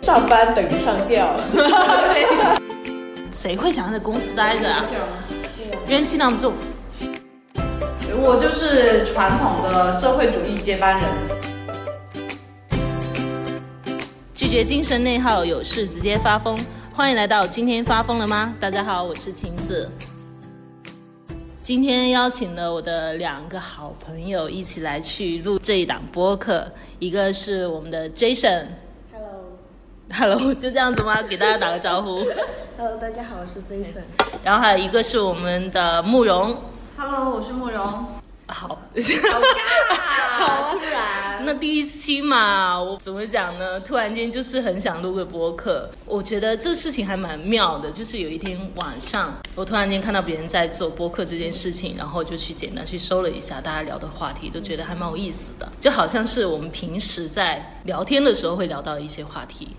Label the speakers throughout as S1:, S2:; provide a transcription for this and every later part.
S1: 上班等着上吊。
S2: 谁会想在公司待着啊？
S1: 对呀
S2: 怨气那么重，
S3: 我就是传统的社会主义接班人。
S2: 拒绝精神内耗，有事直接发疯。欢迎来到今天发疯了吗？大家好，我是晴子。今天邀请了我的两个好朋友一起来去录这一档播客，一个是我们的 Jason，Hello，
S1: Hello，
S2: 就这样子吗？给大家打个招呼。
S1: Hello，大家好，我是 Jason。
S2: 然后还有一个是我们的慕容，
S3: Hello，我是慕容。
S2: 好，
S1: 好突然，
S2: 那第一期嘛，我怎么讲呢？突然间就是很想录个播客，我觉得这事情还蛮妙的。就是有一天晚上，我突然间看到别人在做播客这件事情，然后就去简单去搜了一下大家聊的话题，都觉得还蛮有意思的，就好像是我们平时在聊天的时候会聊到一些话题。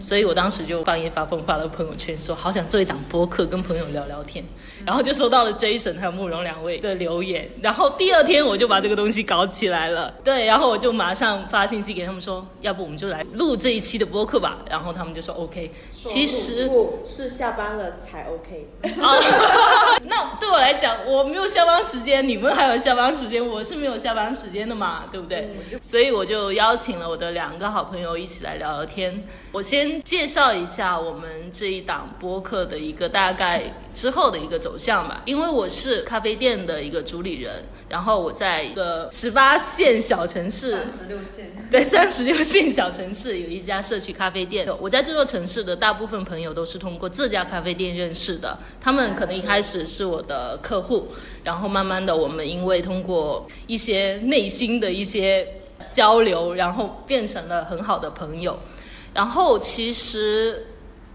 S2: 所以我当时就半夜发疯发了朋友圈说，好想做一档播客跟朋友聊聊天，然后就收到了 Jason 还有慕容两位的留言，然后第二天我就把这个东西搞起来了，对，然后我就马上发信息给他们说，要不我们就来录这一期的播客吧，然后他们就说 OK，其实。
S1: 不是下班了才 OK。
S2: 啊，那对我来讲，我没有下班时间，你们还有下班时间，我是没有下班时间的嘛，对不对？所嗯以我就邀请了我的两个好朋友一起来聊聊天。我先介绍一下我们这一档播客的一个大概之后的一个走向吧，因为我是咖啡店的一个主理人，然后我在一个十八线小城市。
S3: 十六线。
S2: 对，三十六 线小城市有一家社区咖啡店。我在这座城市的大部分朋友都是通过这家咖啡店认识的。他们可能一开始是我的客户，然后慢慢的，我们因为通过一些内心的一些交流，然后变成了很好的朋友。然后其实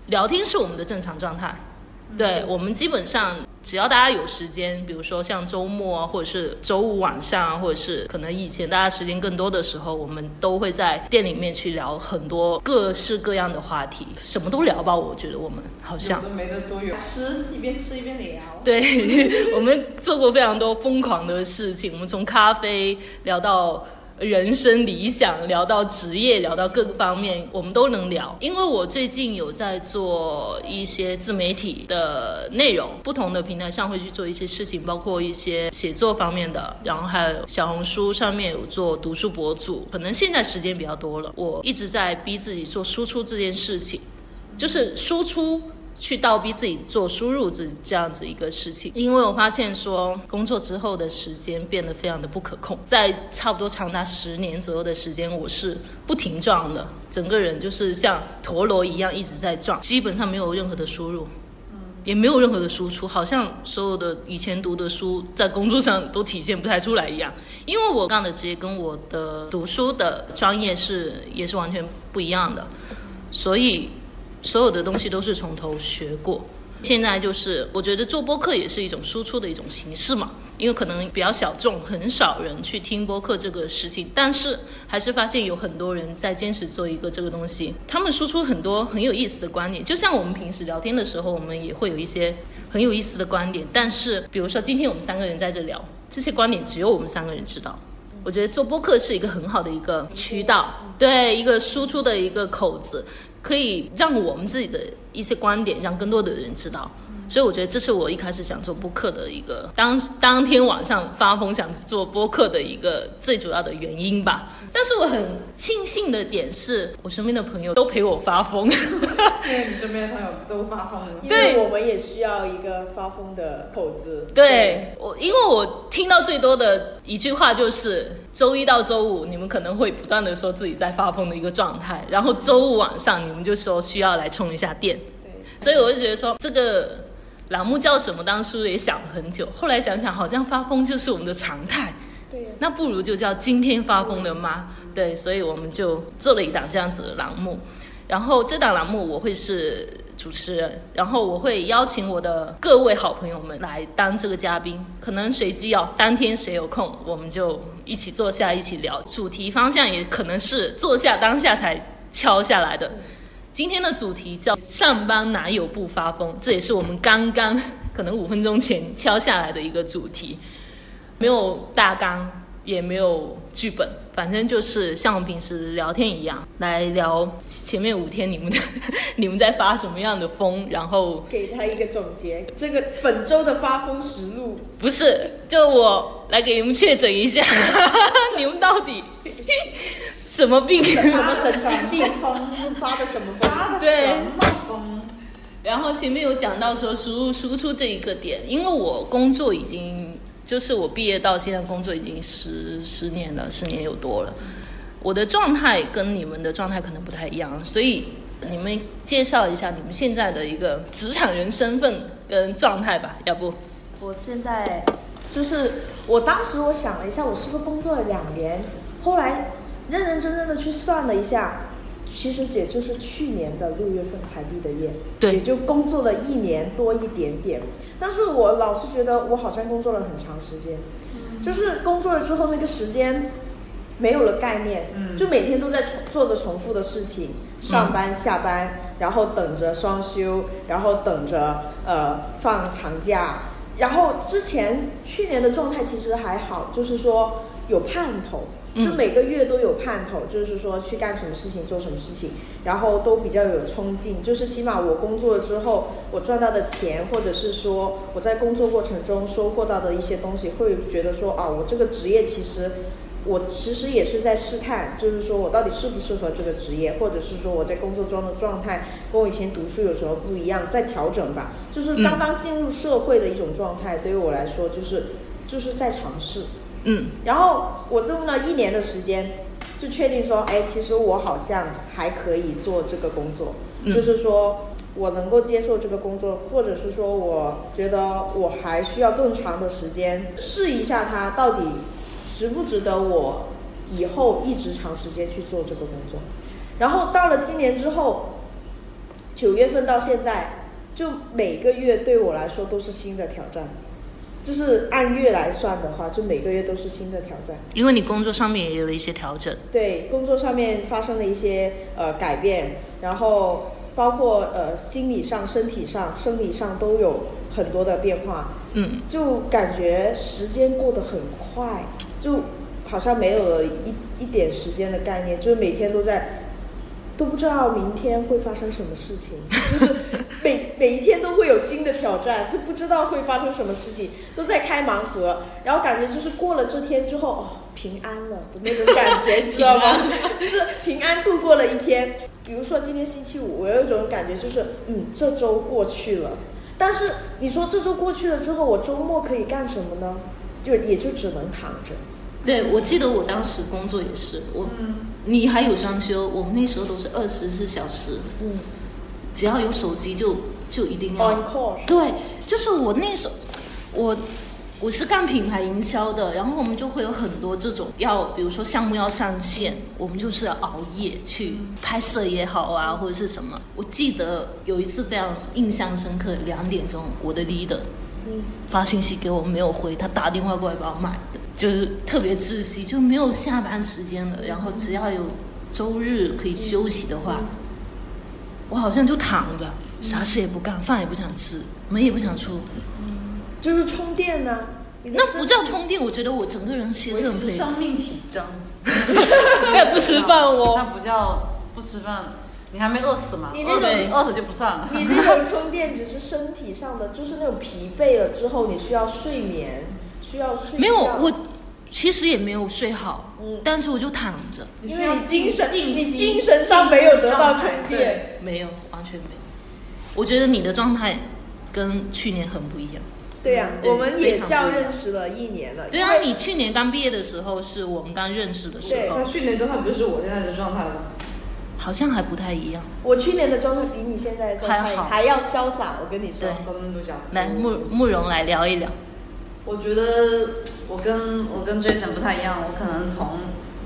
S2: 聊天是我们的正常状态，对我们基本上只要大家有时间，比如说像周末啊，或者是周五晚上啊，或者是可能以前大家时间更多的时候，我们都会在店里面去聊很多各式各样的话题，什么都聊吧。我觉得我们好像
S3: 有的没得多远。吃一边吃一边聊。
S2: 对 我们做过非常多疯狂的事情，我们从咖啡聊到人生理想，聊到职业，聊到各个方面，我们都能聊。因为我最近有在做一些自媒体的内容，不同的平台上会去做一些事情，包括一些写作方面的，然后还有小红书上面有做读书博主。可能现在时间比较多了，我一直在逼自己做输出这件事情。就是输出去倒逼自己做输入这这样子一个事情，因为我发现说工作之后的时间变得非常的不可控，在差不多长达十年左右的时间，我是不停撞的，整个人就是像陀螺一样一直在撞，基本上没有任何的输入。也没有任何的输出，好像所有的以前读的书在工作上都体现不太出来一样。因为我干的职业跟我的读书的专业是也是完全不一样的，所以所有的东西都是从头学过。现在就是我觉得做播客也是一种输出的一种形式嘛，因为可能比较小众，很少人去听播客这个事情，但是还是发现有很多人在坚持做一个这个东西，他们输出很多很有意思的观点，就像我们平时聊天的时候，我们也会有一些很有意思的观点，但是比如说今天我们三个人在这聊，这些观点只有我们三个人知道，我觉得做播客是一个很好的一个渠道，对一个输出的一个口子，可以让我们自己的一些观点让更多的人知道。所以我觉得这是我一开始想做播客的一个当当天晚上发疯想做播客的一个最主要的原因吧。但是我很庆幸的点是我身边的朋友都陪我发疯，
S3: 因为你身边的朋友都发疯了。
S1: 因
S2: 对
S1: 为我们也需要一个发疯的口子。
S2: 对我，因为我听到最多的一句话就是，周一到周五你们可能会不断的说自己在发疯的一个状态，然后周五晚上你们就说需要来充一下电，
S1: 对，
S2: 所以我就觉得说这个栏目叫什么，当初也想了很久，后来想想好像发疯就是我们的常态，
S1: 对呀。
S2: 那不如就叫今天发疯了吗？对，所以我们就做了一档这样子的栏目，然后这档栏目我会是主持人，然后我会邀请我的各位好朋友们来当这个嘉宾，可能随机哦，当天谁有空我们就一起坐下一起聊，主题方向也可能是坐下当下才敲下来的。今天的主题叫“上班哪有不发疯”，这也是我们刚刚可能五分钟前敲下来的一个主题。没有大纲，也没有剧本，反正就是像我们平时聊天一样，来聊前面五天你们的 你们在发什么样的疯，然后
S1: 给他一个总结，这个本周的发疯实录，
S2: 不是就我来给你们确诊一下， 你们到底 什么病？
S1: 什么神经病疯，发的什么疯？
S3: 发的
S2: 对
S3: 什么疯？
S2: 然后前面有讲到说输入输出这一个点，因为我工作已经就是我毕业到现在工作已经十十年了，十年有多了。我的状态跟你们的状态可能不太一样，所以你们介绍一下你们现在的一个职场人身份跟状态吧，要不？
S1: 我现在就是，我当时我想了一下，我是不是工作了两年？后来认认真真的去算了一下，其实也就是去年的六月份才毕的业，
S2: 对
S1: 也就工作了一年多一点点。但是我老是觉得我好像工作了很长时间，就是工作了之后那个时间没有了概念，
S3: 嗯
S1: 就每天都在重做着重复的事情，上班、下班，然后等着双休，然后等着呃放长假。然后之前去年的状态其实还好，就是说有盼头，
S2: 嗯
S1: 就每个月都有盼头，就是说去干什么事情、做什么事情，然后都比较有冲劲。就是起码我工作了之后，我赚到的钱，或者是说我在工作过程中收获到的一些东西，会觉得说啊，我这个职业其实我其实也是在试探，就是说我到底适不适合这个职业，或者是说我在工作中的状态跟我以前读书有什么不一样，再调整吧。就是刚刚进入社会的一种状态，对于我来说就是就是在尝试。
S2: 嗯
S1: 然后我这么了一年的时间，就确定说，哎，其实我好像还可以做这个工作，
S2: 嗯
S1: 就是说我能够接受这个工作，或者是说我觉得我还需要更长的时间试一下它到底值不值得我以后一直长时间去做这个工作。然后到了今年之后，九月份到现在，就每个月对我来说都是新的挑战。就是按月来算的话，就每个月都是新的挑战。
S2: 因为你工作上面也有了一些调整，
S1: 对工作上面发生了一些呃改变，然后包括呃心理上、身体上、生理上都有很多的变化，
S2: 嗯，
S1: 就感觉时间过得很快，就好像没有了一一点时间的概念，就是每天都在。都不知道明天会发生什么事情，就是每每一天都会有新的挑战，就不知道会发生什么事情，都在开盲盒，然后感觉就是过了这天之后，哦，平安了的那种感觉，你知道吗？ 就是平安度过了一天。比如说今天星期五，我有一种感觉就是，嗯，这周过去了，但是你说这周过去了之后，我周末可以干什么呢？就也就只能躺着。
S4: 对，我记得我当时工作也是，我、
S2: 嗯
S3: 嗯
S4: 你还有双休，我们那时候都是二十四小时，
S1: 嗯
S4: 只要有手机就就一定要。
S1: ，on call 是吧。
S4: 对，就是我那时候，我我是干品牌营销的，然后我们就会有很多这种要，比如说项目要上线，我们就是要熬夜去拍摄也好啊，或者是什么。我记得有一次非常印象深刻，两点钟我的 leader
S1: 嗯，
S4: 发信息给我没有回，他打电话过来把我买的，就是特别窒息，就没有下班时间了。然后只要有周日可以休息的话，我好像就躺着，啥事也不干，饭也不想吃，门也不想出，
S1: 就是充电呢、你的
S4: 那
S1: 身
S4: 不叫充电。我觉得我整个人其实
S3: 维
S4: 很
S3: 持
S4: 疲惫。
S3: 生命体征。
S2: 那不吃饭
S3: 那
S2: 哦，
S3: 不叫不吃饭，你还没饿死吗？
S1: 你那种
S3: 饿死饿死就不算了。
S1: 你那种充电只是身体上的，就是那种疲惫了之后，你需要睡眠，需要睡觉。
S4: 没有，我其实也没有睡好，
S1: 嗯
S4: 但是我就躺着，
S1: 因为你精神，
S3: 静
S1: 你
S3: 心
S1: 精神上没有得到充
S3: 对
S1: 电。
S4: 没有，完全没有。我觉得你的状态跟去年很不一样。
S1: 对呀、
S4: 对
S1: 我们也
S4: 非常
S1: 叫
S4: 不一样
S1: 认识了一年了。
S4: 对
S1: 因
S4: 啊，
S1: 为
S4: 你去年刚毕业的时候是我们刚认识的时
S1: 对
S4: 候
S3: 那，去年状态不就是我现在的状态吗？
S4: 好像还不太一样。
S1: 我去年的状态比你现在的状态
S4: 还好
S1: 还要潇洒，我跟你说
S4: 对。
S3: 高中都讲。
S4: 来，慕慕容来聊一聊。
S3: 我觉得我跟我跟 Jason 不太一样，我可能从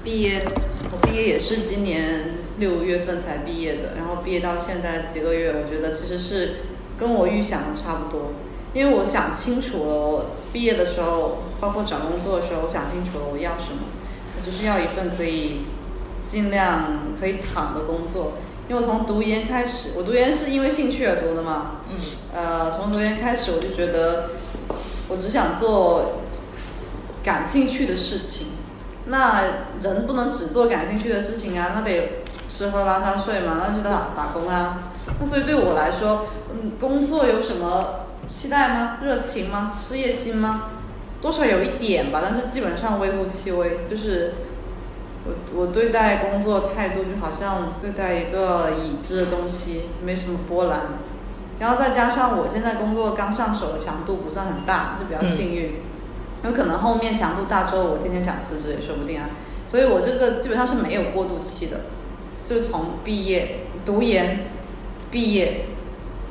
S3: 毕业，我毕业也是今年六月份才毕业的，然后毕业到现在几个月，我觉得其实是跟我预想的差不多，因为我想清楚了，我毕业的时候，包括找工作的时候，我想清楚了我要什么，我就是要一份可以尽量可以躺的工作。因为我从读研开始，我读研是因为兴趣而读的嘛，
S4: 嗯
S3: 呃，从读研开始我就觉得我只想做感兴趣的事情，那人不能只做感兴趣的事情啊，那得吃喝拉撒睡嘛，那就打打工啊。那所以对我来说，嗯，工作有什么期待吗？热情吗？事业心吗？多少有一点吧，但是基本上微乎其微。就是我我对待工作态度就好像对待一个已知的东西，没什么波澜。然后再加上我现在工作刚上手的强度不算很大，就比较幸运。有可能后面强度大之后，我天天想辞职也说不定啊。所以我这个基本上是没有过渡期的，就是从毕业、读研、毕业、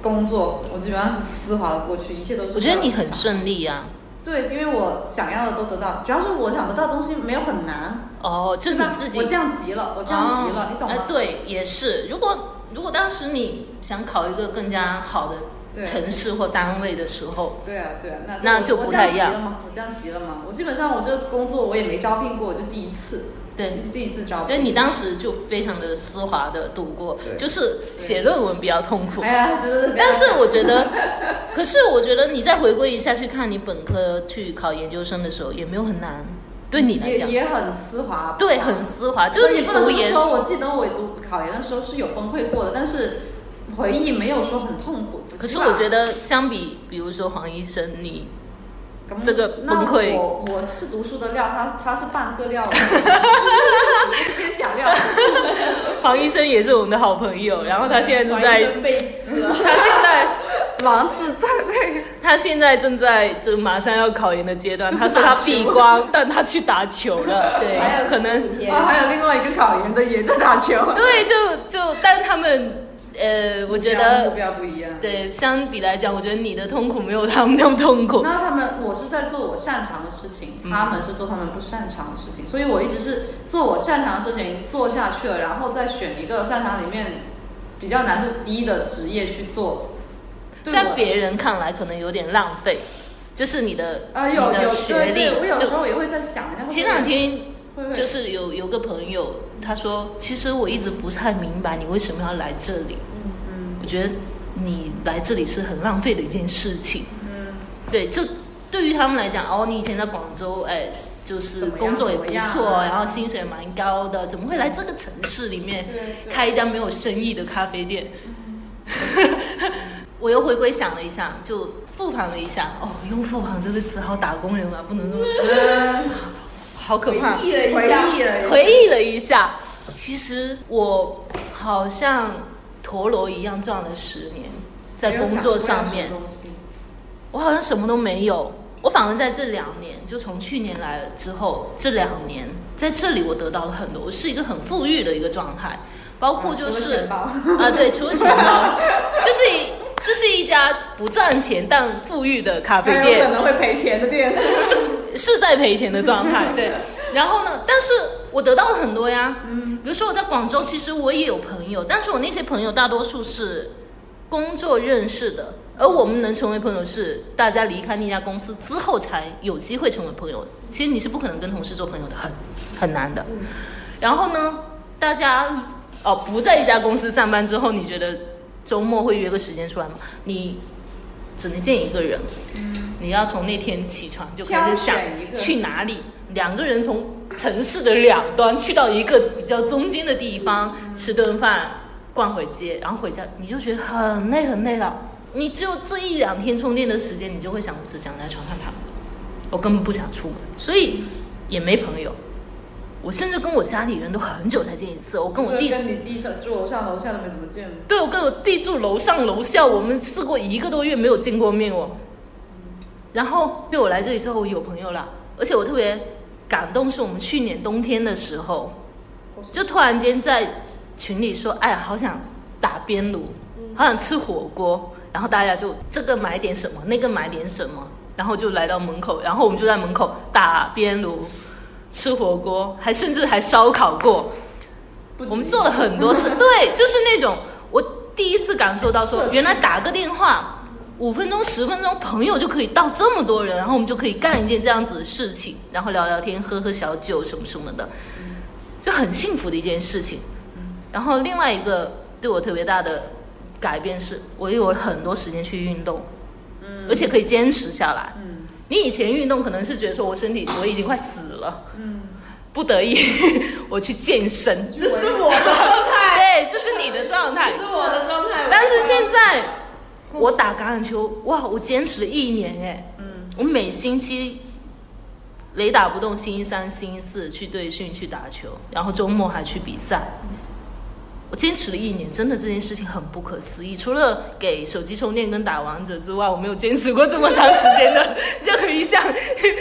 S3: 工作，我基本上是丝滑的过去，一切都是。
S2: 我觉得你很。顺利啊。
S3: 对，因为我想要的都得到，主要是我想得到的东西没有很难，
S2: 哦，就
S3: 对
S2: 你
S3: 吧
S2: 自己。
S3: 我降级了，我降级了，
S2: 哦
S3: 你懂
S2: 哎
S3: 吗？
S2: 对，也是。如果如果当时你想考一个更加好的
S3: 对
S2: 城市或单位的时候，
S3: 对啊，对啊，那
S2: 那
S3: 我
S2: 就不太一样
S3: 我这样急了吗？我这样急了吗？我基本上我这个工作我也没招聘过，我就第一次，
S2: 对，
S3: 第一次招聘。
S2: 对你当时就非常的丝滑的度过，
S3: 对
S2: 就是写论文比较痛苦
S3: 哎。呀，真的是不 要
S2: 但是我觉得，可是我觉得你再回归一下去看你本科去考研究生的时候，也没有很难，对你来
S3: 也
S2: 讲，
S3: 也很丝滑，
S2: 对，很丝滑，就是
S3: 也
S2: 你
S3: 不能
S2: 读
S3: 这么
S2: 研，
S3: 说。我记得我读考研的时候是有崩溃过的，但是回忆没有说很痛苦。
S2: 可是
S3: 起码
S2: 我觉得相比，比如说黄医生，你
S3: 咁
S2: 这个崩溃
S3: 那我我是读书的料，他他是半个料，我是边角 料。
S2: 黄医生也是我们的好朋友，然后他现在正在，
S1: 被 吃了。
S2: 他现在
S3: 王子在位，
S2: 他现在正在就马上要考研的阶段，
S3: 就是
S2: 他说
S3: 打
S2: 他闭关，但他去打球了， 对
S1: 还有，
S2: 可能
S1: 15天
S3: 啊，还有另外一个考研的也在打球。
S2: 对，就就，但他们呃，我觉
S3: 目
S2: 得
S3: 标不一样。
S2: 对相比来讲，我觉得你的痛苦没有他们那么痛苦，
S3: 那他们，我是在做我擅长的事情，
S2: 嗯
S3: 他们是做他们不擅长的事情，所以我一直是做我擅长的事情做下去了，然后再选一个擅长里面比较难度低的职业去做。对
S2: 在
S3: 我
S2: 别人看来可能有点浪费，就是你的
S3: 啊、
S2: 你
S3: 有
S2: 的
S3: 有
S2: 学
S3: 对
S2: 历
S3: 对，我有
S2: 对。
S3: 时候也会在想一下。
S2: 前两天
S3: 会不会
S2: 就是有有个朋友他说，其实我一直不太明白你为什么要来这里。
S3: 嗯
S2: 我觉得你来这里是很浪费的一件事情。
S3: 嗯，
S2: 对，就对于他们来讲，哦，你以前在广州，哎，就是
S3: 怎么样
S2: 工作也不
S3: 怎么样
S2: 错，然后薪水也蛮高的，怎么会来这个城市里面
S3: 对对
S2: 开一家没有生意的咖啡店？ 我又回归想了一下，就复盘了一下，哦，用复盘这个词，好打工人啊，不能这么，好可怕。
S1: 回忆了一
S3: 嗯回
S1: 下，
S3: 忆了，
S2: 回忆了一下，其实我好像陀螺一样转了十年，在工作上面，我好像什么都没有。我反而在这两年，就从去年来了之后，这两年在这里我得到了很多，我是一个很富裕的一个状态，包括就
S3: 嗯除了
S2: 是
S3: 钱包
S2: 啊，对，除了钱包，就是一这是一家不赚钱但富裕的咖啡
S3: 还有
S2: 店
S3: 可，能会赔钱的店。
S2: 是是在赔钱的状态，对。然后呢，但是我得到了很多呀，嗯，比如说我在广州，其实我也有朋友，但是我那些朋友大多数是工作认识的，而我们能成为朋友是大家离开那家公司之后才有机会成为朋友。其实你是不可能跟同事做朋友的，很很难的。然后呢，大家哦不在一家公司上班之后，你觉得周末会约个时间出来吗？你只能见一个人，你要从那天起床就开始想
S3: 挑选一个
S2: 去哪里，两个人从城市的两端去到一个比较中间的地方吃顿饭，逛会街，然后回家，你就觉得很累很累了。你只有这一两天充电的时间，你就会想，我只想在床上躺着，我根本不想出门，所以也没朋友。我甚至跟我家里人都很久才见一次，我跟我弟
S3: 跟
S2: 住
S3: 你弟上住楼上楼下都没怎么见过。
S2: 对，我跟我弟住楼上楼下，我们试过一个多月没有见过面哦。然后对我来这里之后，我有朋友了，而且我特别感动，是我们去年冬天的时候，就突然间在群里说：“哎呀，好想打边炉，好想吃火锅。”然后大家就这个买点什么，那个买点什么，然后就来到门口，然后我们就在门口打边炉、吃火锅，还甚至还烧烤过。
S3: 不止
S2: 我们做了很多 事，对，就是那种我第一次感受到说
S3: 社，区
S2: 原来打个电话五分钟、十分钟，朋友就可以到这么多人，然后我们就可以干一件这样子的事情，然后聊聊天、喝喝小酒什么什么的，就很幸福的一件事情。然后另外一个对我特别大的改变是，我有很多时间去运动，而且可以坚持下来。
S3: 嗯
S2: 你以前运动可能是觉得说我身体我已经快死了，
S3: 嗯，
S2: 不得已 我去健身。
S3: 这是 我的状态，
S2: 对，这是你的状态
S3: 这。是我的状态。
S2: 但是现在我打橄榄球，哇，我坚持了一年哎，
S3: 嗯，
S2: 我每星期雷打不动，星期三、星期四去队训去打球，然后周末还去比赛。我坚持了一年，真的这件事情很不可思议。除了给手机充电跟打王者之外，我没有坚持过这么长时间的任何一项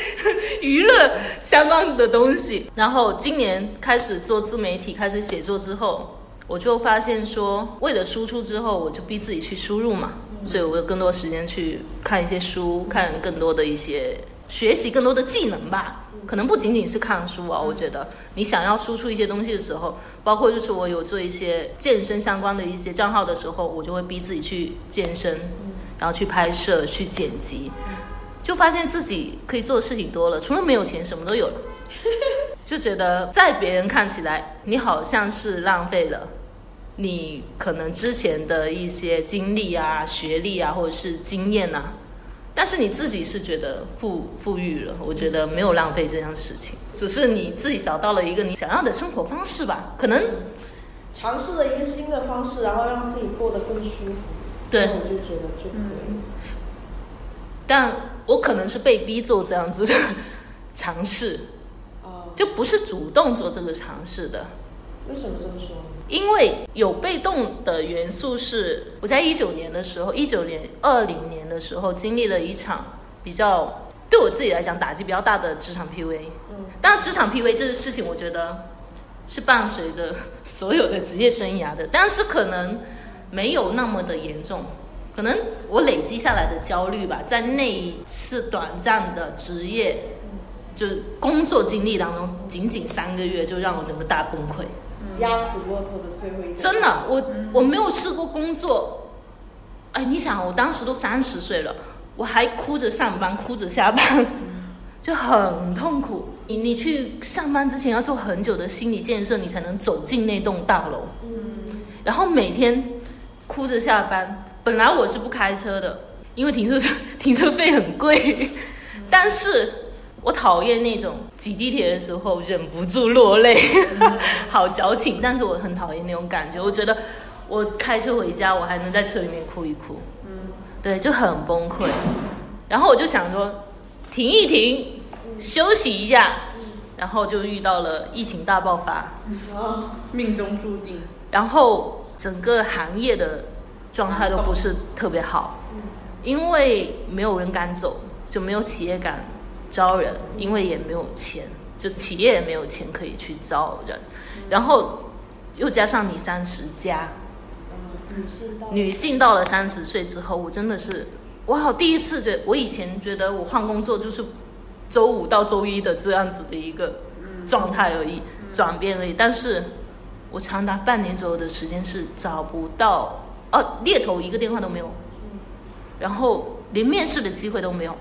S2: 娱乐相关的东西。然后今年开始做自媒体，开始写作之后，我就发现说，为了输出之后，我就逼自己去输入嘛，所以我有更多时间去看一些书，看更多的一些学习更多的技能吧。可能不仅仅是看书啊，我觉得你想要输出一些东西的时候，包括就是我有做一些健身相关的一些账号的时候，我就会逼自己去健身，然后去拍摄、去剪辑，就发现自己可以做的事情多了，除了没有钱，什么都有了。就觉得在别人看起来，你好像是浪费了你可能之前的一些经历啊、学历啊，或者是经验啊，但是你自己是觉得富富裕了，我觉得没有浪费这件事情，只是你自己找到了一个你想要的生活方式吧，可能
S1: 尝试了一个新的方式，然后让自己过得更舒服，
S2: 对
S1: 那我就觉得就可
S4: 嗯
S1: 以。
S2: 但我可能是被逼做这样子的尝试，
S1: 哦、
S2: 就不是主动做这个尝试的。
S1: 为什么这么说？
S2: 因为有被动的元素是，我在一九年的时候，一九年、二零年的时候经历了一场比较对我自己来讲打击比较大的职场 PUA。
S1: 嗯，
S2: 当然，职场 PUA 这个事情，我觉得是伴随着所有的职业生涯的，但是可能没有那么的严重。可能我累积下来的焦虑吧，在那一次短暂的职业，就是工作经历当中，仅仅三个月就让我整个大崩溃。
S1: 压死骆驼的最后一根
S2: 真的，我我没有试过工作。哎，你想，我当时都三十岁了，我还哭着上班，哭着下班， 就很痛苦。你你去上班之前要做很久的心理建设，你才能走进那栋大楼。
S1: 嗯，
S2: 然后每天哭着下班。本来我是不开车的，因为停车停车费很贵， 但是我讨厌那种挤地铁的时候忍不住落泪，好矫情，但是我很讨厌那种感觉。我觉得我开车回家，我还能在车里面哭一哭，对，就很崩溃。然后我就想说，停一停，休息一下，然后就遇到了疫情大爆发。嗯
S1: 啊，
S3: 命中注定。
S2: 然后整个行业的状态都不是特别好，因为没有人敢走，就没有企业敢招人，因为也没有钱，就企业也没有钱可以去招人，然后又加上你三十加，
S1: 嗯女性到
S2: 女性到了三十岁之后，我真的是，我好第一次觉我以前觉得我换工作就是周五到周一的这样子的一个状态而已，转变而已。但是我长达半年左右的时间是找不到，哦、猎头一个电话都没有，然后连面试的机会都没有，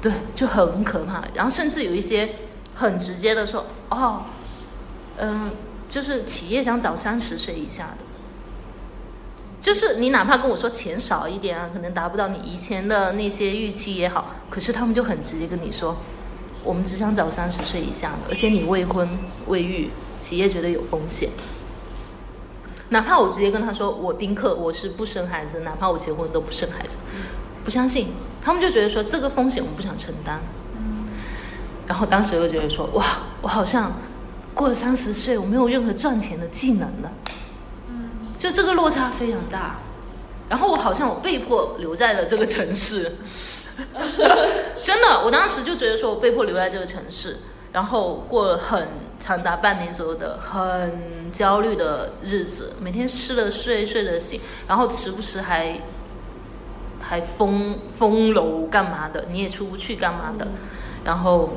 S2: 对，就很可怕。然后甚至有一些很直接的说，哦，嗯，就是企业想找三十岁以下的。就是你哪怕跟我说钱少一点啊，可能达不到你以前的那些预期也好，可是他们就很直接跟你说，我们只想找三十岁以下的，而且你未婚未育，企业觉得有风险。哪怕我直接跟他说我丁克，我是不生孩子，哪怕我结婚都不生孩子，不相信，他们就觉得说这个风险我们不想承担。嗯然后当时就觉得说哇，我好像过了三十岁，我没有任何赚钱的技能了。就这个落差非常大。然后我好像我被迫留在了这个城市， 真的，我当时就觉得说我被迫留在这个城市，然后过了很长达半年左右的很焦虑的日子，每天吃了睡，睡了醒，然后时不时还还封封楼干嘛的，你也出不去干嘛的，然后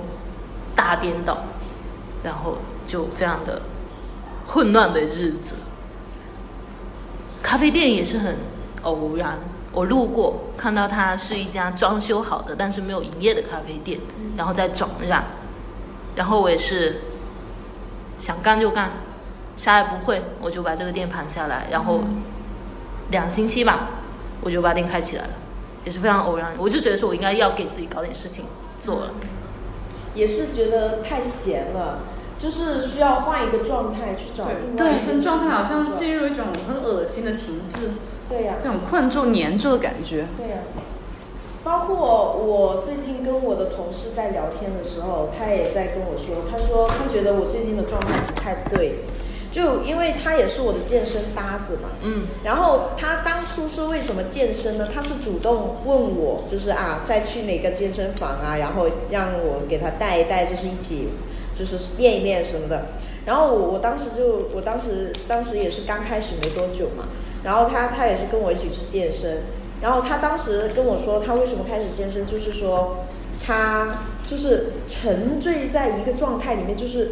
S2: 大颠倒，然后就非常的混乱的日子。咖啡店也是很偶然，我路过看到它是一家装修好的但是没有营业的咖啡店，然后再转让，然后我也是想干就干，啥也不会，我就把这个店盘下来，然后两星期吧，我就把店开起来了，也是非常偶然，我就觉得说我应该要给自己搞点事情做了，
S1: 也是觉得太闲了，就是需要换一个状态去找另外一
S3: 对，
S1: 个
S3: 人生状态好像
S1: 事情去做
S3: 进入一种很恶心的停滞，
S1: 对呀、
S3: 这种困住、黏住的感觉。
S1: 对呀、包括我最近跟我的同事在聊天的时候，他也在跟我说，他说他觉得我最近的状态不太对，就因为他也是我的健身搭子嘛，
S2: 嗯，
S1: 然后他当初是为什么健身呢？他是主动问我，就是啊，再去哪个健身房啊，然后让我给他带一带，就是一起就是练一练什么的。然后我我当时就我当时当时也是刚开始没多久嘛，然后他他也是跟我一起去健身，然后他当时跟我说他为什么开始健身，就是说他就是沉醉在一个状态里面，就是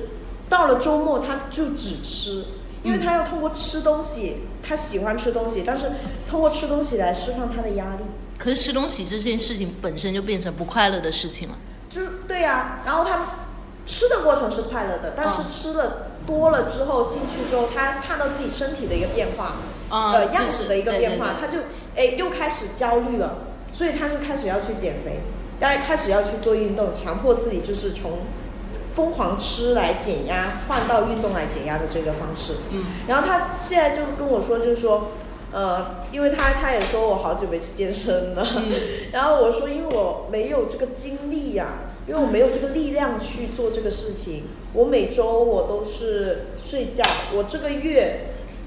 S1: 到了周末他就只吃，因为他要通过吃东西，他喜欢吃东西，但是通过吃东西来释放他的压力。
S2: 可是吃东西这件事情本身就变成不快乐的事情了。
S1: 就是对呀、然后他吃的过程是快乐的，但是
S2: 嗯
S1: 吃了多了之后进去之后，他看到自己身体的一个变化，
S2: 啊
S1: 呃
S2: 就是
S1: 样子的一个
S2: 对
S1: 变化
S2: 对对，
S1: 他就哎又开始焦虑了，所以他就开始要去减肥，然后开始要去做运动，强迫自己就是从疯狂吃来减压，换到运动来减压的这个方式。
S2: 嗯，
S1: 然后他现在就跟我说，就是说，呃，因为他他也说我好久没去健身了，
S2: 嗯
S1: 然后我说因为我没有这个精力呀、因为我没有这个力量去做这个事情。我每周我都是睡觉，我这个月，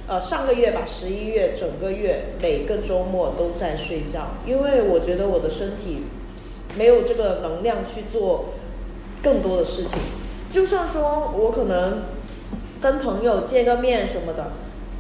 S1: 呃，上个月吧，十一月整个月每个周末都在睡觉，因为我觉得我的身体没有这个能量去做更多的事情。就算说我可能跟朋友见个面什么的，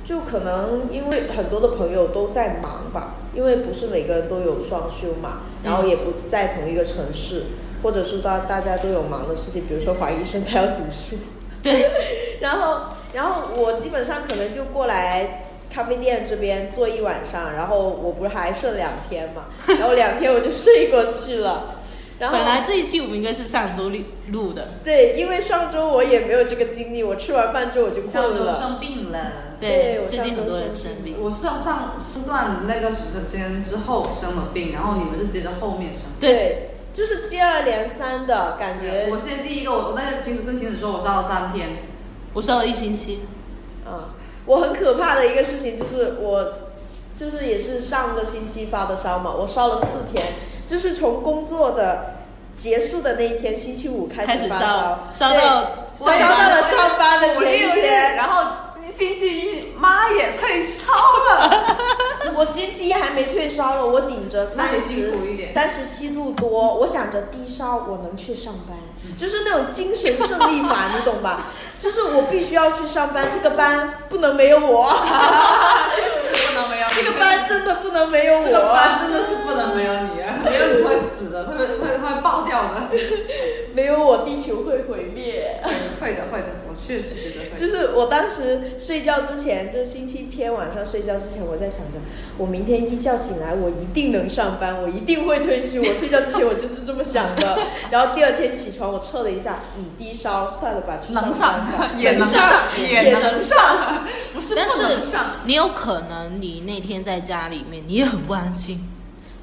S1: 就可能因为很多的朋友都在忙吧，因为不是每个人都有双休嘛，然后也不在同一个城市，或者是大大家都有忙的事情，比如说怀医生他要读书，
S2: 对，
S1: 然后，然后我基本上可能就过来咖啡店这边坐一晚上，然后我不是还剩两天 嘛，然后两天我就睡过去了。然后
S2: 本来这一期我们应该是上周录录的，
S1: 对，因为上周我也没有这个精力，我吃完饭之后我就
S3: 像
S1: 困
S3: 都
S1: 了。
S3: 生病了。
S1: 对我
S2: 最
S1: 上
S2: 近
S1: 周
S2: 很多人
S1: 生
S2: 生病。
S3: 我上上中段那个时间之后生了病，然后你们是接着后面生。
S1: 对，就是接二连三的感觉
S3: 我，先第一个，我那个晴子跟晴子说，我烧了三天，
S2: 我烧了一星期，
S1: 嗯，我很可怕的一个事情就是我，就是也是上个星期发的烧嘛，我烧了四天，就是从工作的结束的那一天，星期五开
S2: 开始
S1: 始发烧，
S2: 烧烧
S1: 对
S2: 到
S1: 我烧到了上班的前一
S3: 五六
S1: 天，
S3: 然后星期一妈也退烧了，
S1: 我星期一还没退烧了，我顶着
S3: 那
S1: 三
S3: 你
S1: 十
S3: 辛苦一点
S1: 三十七度多，我想着低烧我能去上班，
S3: 嗯
S1: 就是那种精神胜利法，你懂吧？就是我必须要去上班，这个班不能没有 我，
S3: 确实是不能没有
S1: 这个班真的不能没有我。
S3: 这个班真的是不能没有你，没有你会死的，会会会爆掉的。
S1: 没有我，地球会毁灭。
S3: 会的会的，我确实觉得会。
S1: 就是我当时睡觉之前，就星期天晚上睡觉之前，我在想着，我明天一觉醒来，我一定能上班，我一定会退休。我睡觉之前我就是这么想 的。然后第二天起床，我测了一下，嗯，低烧，算了吧，去上班吧。
S3: 也能上，也能上，不是
S2: 但
S3: 不
S2: 是
S3: 能上。
S2: 你有可能你那天在家里面，你也很不安心，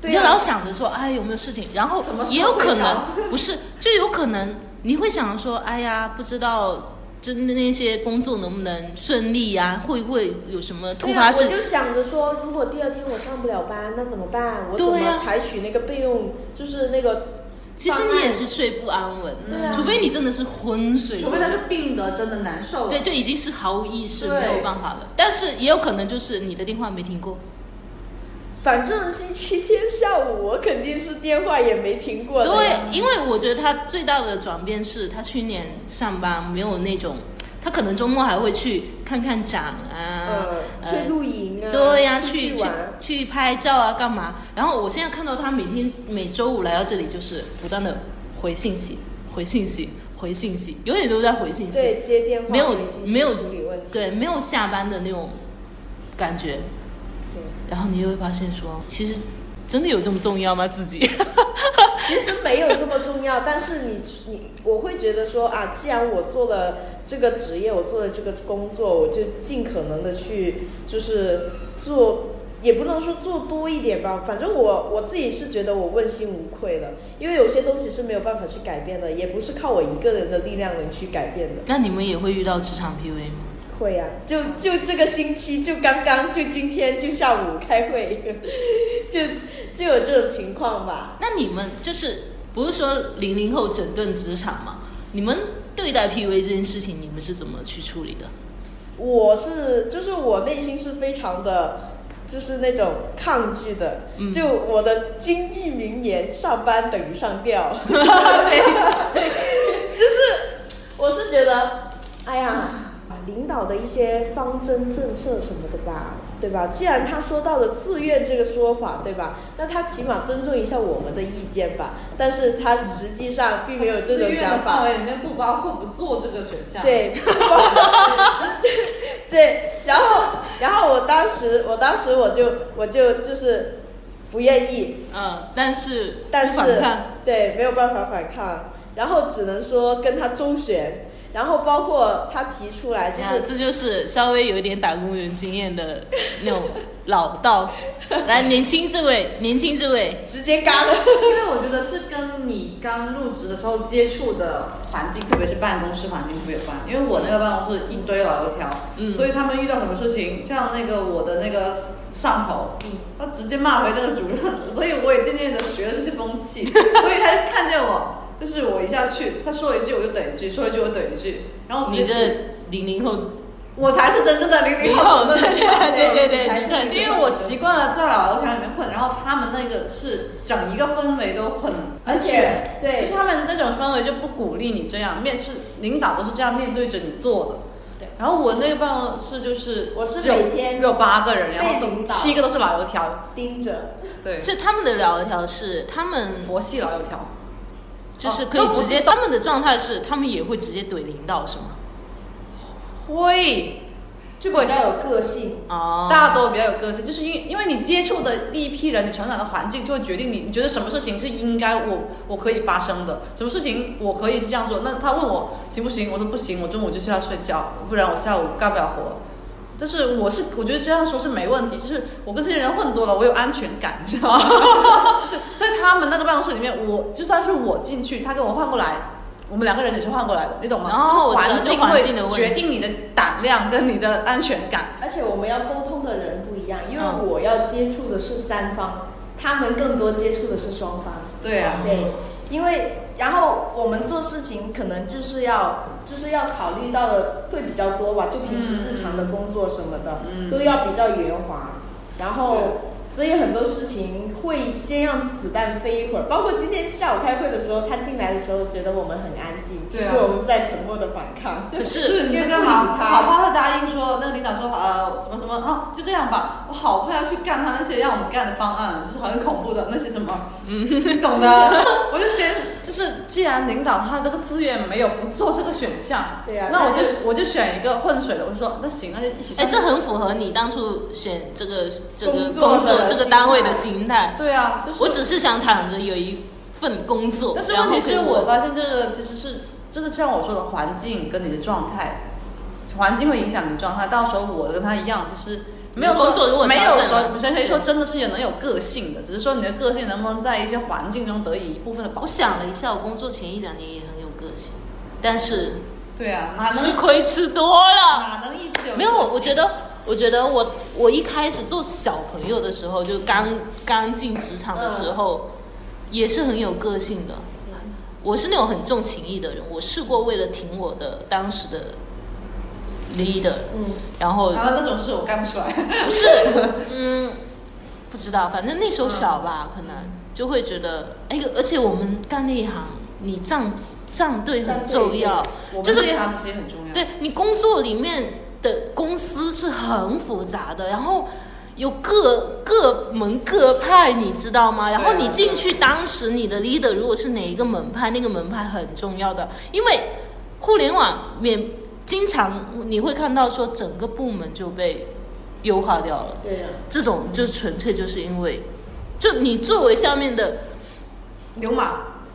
S1: 对
S2: 你就
S1: 啊
S2: 老想着说，哎，有没有事情？然后
S3: 什么时候
S2: 也有可
S3: 会
S2: 能
S3: 上
S2: 不是，就有可能你会想说，哎呀，不知道。就那些工作能不能顺利呀、会不会有什么突
S1: 对
S2: 发
S1: 啊，
S2: 事
S1: 我就想着说，如果第二天我上不了班，那怎么办？我怎
S2: 对啊
S1: 么采取那个备用，就是那个方案？
S2: 其实你也是睡不安稳的，
S1: 哎对啊
S2: 除非你真的是昏睡，
S3: 除非他是病得真的难受了，
S2: 对，就已经是毫无意识，
S3: 对
S2: 没有办法了。但是也有可能就是你的电话没停过，
S1: 反正星期天下午我肯定是电话也没停过的呀。
S2: 对，因为我觉得他最大的转变是他去年上班没有那种，他可能周末还会去看看展啊，
S1: 嗯，去露营啊，
S2: 对呀、
S1: 出
S2: 去
S1: 去
S2: 去
S1: 玩，
S2: 去拍照啊，干嘛？然后我现在看到他每天每周五来到这里，就是不断的回信息，回信息，回信息，永远都在回信息。
S1: 对，接电话，
S2: 没有
S1: 回信息
S2: 没有
S1: 处理问题，
S2: 对，没有下班的那种感觉。
S1: 对
S2: 然后你就会发现说，其实真的有这么重要吗？自己
S1: 其实没有这么重要，但是你你我会觉得说啊，既然我做了这个职业，我做了这个工作，我就尽可能的去就是做也不能说做多一点吧，反正我我自己是觉得我问心无愧了，因为有些东西是没有办法去改变的，也不是靠我一个人的力量能去改变的。
S2: 那你们也会遇到职场 PUA 吗？
S1: 会呀、就就这个星期，就刚刚，就今天，就下午开会， 就就有这种情况吧。
S2: 那你们就是不是说零零后整顿职场嘛？你们对待 PUA 这件事情，你们是怎么去处理的？
S1: 我是就是我内心是非常的，就是那种抗拒的。
S2: 嗯
S1: 就我的金玉名言：上班等于上吊。 就是我是觉得，哎呀，啊领导的一些方针政策什么的吧，对吧？既然他说到了自愿这个说法，对吧？那他起码尊重一下我们的意见吧。但是他实际上并没有这
S3: 自
S1: 种
S3: 愿的
S1: 想法
S3: 范。围啊里面哦不包括不做这个选项。，
S1: 对， 对，然后然后我当时我当时我就我就就是不愿意，
S2: 嗯，但是
S1: 但是
S2: 反抗
S1: 对没有办法反抗，然后只能说跟他周旋，然后包括他提出来就
S2: 就是是哎这就是稍微有一点打工人经验的那种老道。来，年轻这位，年轻这位，
S1: 直接嘎了，
S3: 因为我觉得是跟你刚入职的时候接触的环境，特别是办公室环境特别有关。因为我那个办公室一堆老油条，
S2: 嗯
S3: 所以他们遇到什么事情，像那个我的那个上头，
S1: 嗯
S3: 他直接骂回那个主任，所以我也渐渐的学了这些风气。所以他就看见我，就是我一下去，他说一句我就怼一句，说一句我怼一句，然后我
S2: 你
S3: 直接
S2: 这
S3: 去
S2: 零零后，
S3: 我才是真正的零零后，
S2: 对对对对
S1: 才是
S2: 对，
S3: 因为我习惯了在老楼墙里面混，然后他们那个是整一个氛围都很，
S1: 而且对
S3: 就是他们那种氛围就不鼓励你这样面是领导都是这样面对着你做的。
S1: 对
S3: 然后我那个办公室就是
S1: 我是
S3: 只有
S1: 每天
S3: 只有八个人，然后
S1: 被
S3: 都
S1: 领导
S3: 七个都是老油条，
S1: 盯着，
S3: 对，
S2: 就他们的聊条是他们
S3: 佛系老油条。
S2: 就是
S3: 哦
S2: 可以
S3: 都不
S2: 直接，
S3: 知道
S2: 他们的状态是他们也会直接怼领导是吗？
S3: 会，
S1: 就比较有个性，
S2: 哦，
S3: 大多比较有个性，就是因为因为你接触的第一批人，你成长的环境就会决定你，你觉得什么事情是应该我我可以发生的，什么事情我可以是这样做。那他问我行不行，我说不行，我中午就是要睡觉，不然我下午干不了活。但是我是我觉得这样说是没问题，就是我跟这些人混多了，我有安全感，你知道吗？是在他们那个办公室里面，我就算是我进去，他跟我换过来，我们两个人也是换过来的，你懂吗？
S2: 哦我知道
S3: 就是
S2: 就环境的
S3: 境
S2: 问
S3: 会
S2: 题
S3: 决定你的胆量跟你的安全感。
S1: 而且我们要沟通的人不一样，因为
S2: 嗯
S1: 我要接触的是三方，他们更多接触的是双方。
S3: 对啊，
S1: 对，因为然后我们做事情可能就是要就是要考虑到的会比较多吧，就平时日常的工作什么的、
S3: 嗯
S1: 都要比较圆滑，然后。所以很多事情会先让子弹飞一会儿，包括今天下午开会的时候，他进来的时候觉得我们很安静，其
S3: 对啊
S1: 实我们是在沉默的反抗。
S2: 可
S3: 就是
S2: 是
S3: 你那个好好怕会答应说，那个领导说呃什么什么啊，就这样吧，我好快要去干他那些让我们干的方案，就是很恐怖的那些什么，你懂的。 我就先就是，既然领导他这个资源没有不做这个选项，
S1: 对啊
S3: 那我
S1: 那
S3: 就
S1: 就是
S3: 我就选一个混水的，我就说那行，那就一起上。
S2: 哎，这很符合你当初选这个这个
S1: 工作
S2: 工
S1: 的
S2: 作这个
S1: 心态
S2: 单位的心态。
S3: 对啊，就是
S2: 我只是想躺着有一份工作，
S3: 但是
S2: 然
S3: 问
S2: 后
S3: 题
S2: 可以
S3: 是我发现这个其实是，就是像我说的环境跟你的状态，环境会影响你的状态。到时候我跟他一样，其实没有
S2: 你的工作如
S3: 说
S2: 果
S3: 没有
S2: 调整了
S3: 说谁谁说真的是也能有个性的，只是说你的个性能不能在一些环境中得以一部分的保
S2: 我
S3: 护。
S2: 想了一下，我工作前一两年也很有个性，但是
S3: 对啊，哪
S2: 吃
S3: 能
S2: 亏吃多 了。
S3: 哪能一直有
S2: 没有，我
S3: 个性
S2: 觉得，我觉得我我一开始做小朋友的时候，就刚刚进职场的时候，
S3: 嗯
S2: 也是很有个性的。我是那种很重情义的人，我试过为了挺我的当时的 leader，
S1: 嗯，
S2: 然后
S3: 然后那种事我干不出来。
S2: 不是，嗯，不知道，反正那时候小吧，
S3: 嗯
S2: 可能就会觉得，哎，而且我们干那一行，你站站队很重要，
S3: 我们
S2: 就
S3: 这
S2: 是
S3: 一行其实很重要。
S2: 对你工作里面的公司是很复杂的，然后有各各门各派，你知道吗？然后
S3: 对啊啊
S2: 你进去，当时你的 leader 如果是哪一个门派，那个门派很重要的，因为互联网免经常你会看到说整个部门就被优化掉了。
S1: 对啊呀、
S2: 这种就纯粹就是因为，就你作为下面的，
S3: 牛马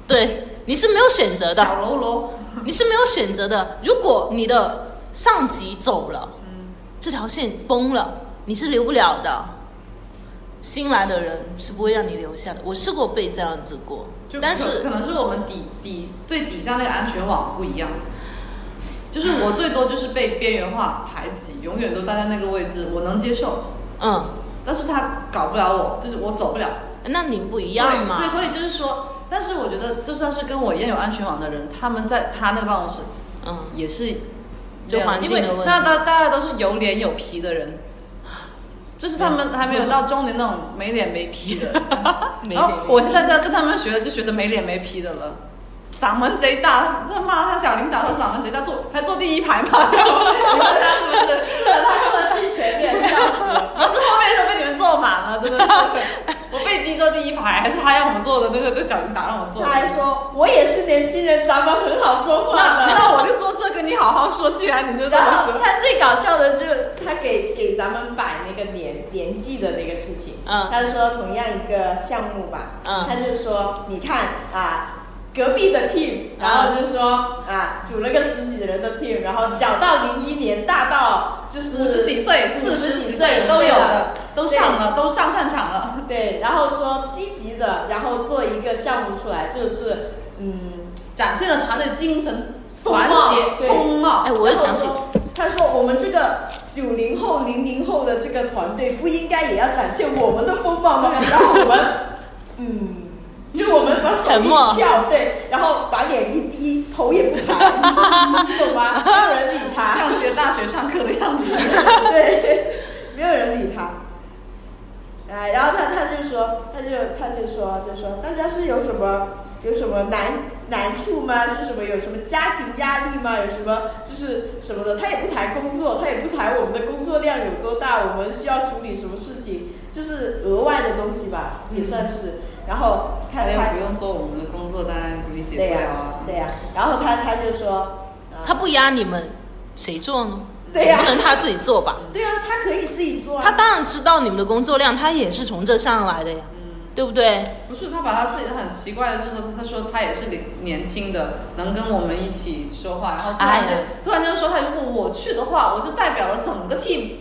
S2: 对，你是没有选择 的，
S3: 小喽啰，
S2: 你是没有选择的。如果你的
S3: 嗯
S2: 上级走了，这条线崩了，你是留不了的。新来的人是不会让你留下的。我试过被这样子过
S3: 就，
S2: 但
S3: 可
S2: 是
S3: 可能是我们底底最底下那个安全网不一样，就是我最多就是被边缘化排挤，永远都待在那个位置，我能接受，
S2: 嗯，
S3: 但是他搞不了我，就是我走不了。
S2: 那你不一样嘛。
S3: 对，对所以就是说，但是我觉得就算是跟我一样有安全网的人，他们在他那个办公室
S2: 嗯，
S3: 也是
S2: 就
S3: 这样
S2: 环境的
S3: 因为
S2: 问题
S3: 那大大家都是有脸有皮的人，就是他们还没有到中年那种没脸没皮的。
S5: 没
S3: 然后
S5: 脸没
S3: 我现在在跟他们学的，就学的没脸没皮的了。嗓门贼大，他妈他小领导说嗓门贼大，坐还坐第一排嘛， 你们知道是不是？
S1: 他说的最全面，笑死了。
S3: 不是后面都被你们坐满了，真的是。我被逼坐第一排，还是他让我们坐的那个那小领导让我坐的
S1: 他。还说我也是年轻人，咱们很好说话
S3: 那
S1: 的。
S3: 那我就坐这个，你好好说，既然你就这
S1: 然
S3: 么
S1: 后
S3: 说。
S1: 他最搞笑的就是他给给咱们摆那个年年纪的那个事情，
S2: 嗯
S1: 他说同样一个项目吧，
S2: 嗯
S1: 他就说你看啊。隔壁的 team，然
S3: 嗯
S1: 后就说啊，组了个十几人的 team，然后小到零一年，大到就是
S3: 五十几岁、
S1: 五
S3: 四
S1: 十
S3: 十
S1: 几
S3: 几
S1: 岁
S3: 岁都有的，都上了，都上战场了。
S1: 对，然后说积极的，然后做一个项目出来，就是嗯，
S3: 展现了团队精神、
S1: 风
S3: 团
S1: 貌
S3: 结、
S1: 对
S3: 风貌
S2: 哎，。我又想起
S1: 然，后说他说我们这个九零后、零零后的这个团队不应该也要展现我们的风貌吗？然后我们，嗯，就是我们把手
S2: 沉
S1: 一
S2: 默
S1: 翘，对，然后把脸一低，头也不抬，你懂吗？没有人理他，
S3: 像些大学上课的样 子，
S1: 对，没有人理他。哎，然后他他就说，他就他就说，就说大家是有什么有什么难难处吗？是什么有什么家庭压力吗？有什么就是什么的？他也不谈工作，他也不谈我们的工作量有多大，我们需要处理什么事情，就是额外的东西吧，也算是。然后他
S3: 他又
S1: 他
S3: 嗯不用做我们的工作，当然理
S1: 对
S3: 解
S1: 呀
S3: 不了啊。
S1: 对呀，然后他他就说，啊
S2: 他不压你们，谁做呢？
S1: 对呀
S2: 总不能他自己做吧？
S1: 对啊，他可以自己做啊。
S2: 他当然知道你们的工作量，他也是从这上来的呀，
S1: 嗯
S2: 对不对？
S3: 不是他把他自己很奇怪的，就是他说他也是年年轻的，能跟我们一起说话，然后突然间、
S2: 哎呀
S3: 突然间说他如果我去的话，我就代表了整个 team，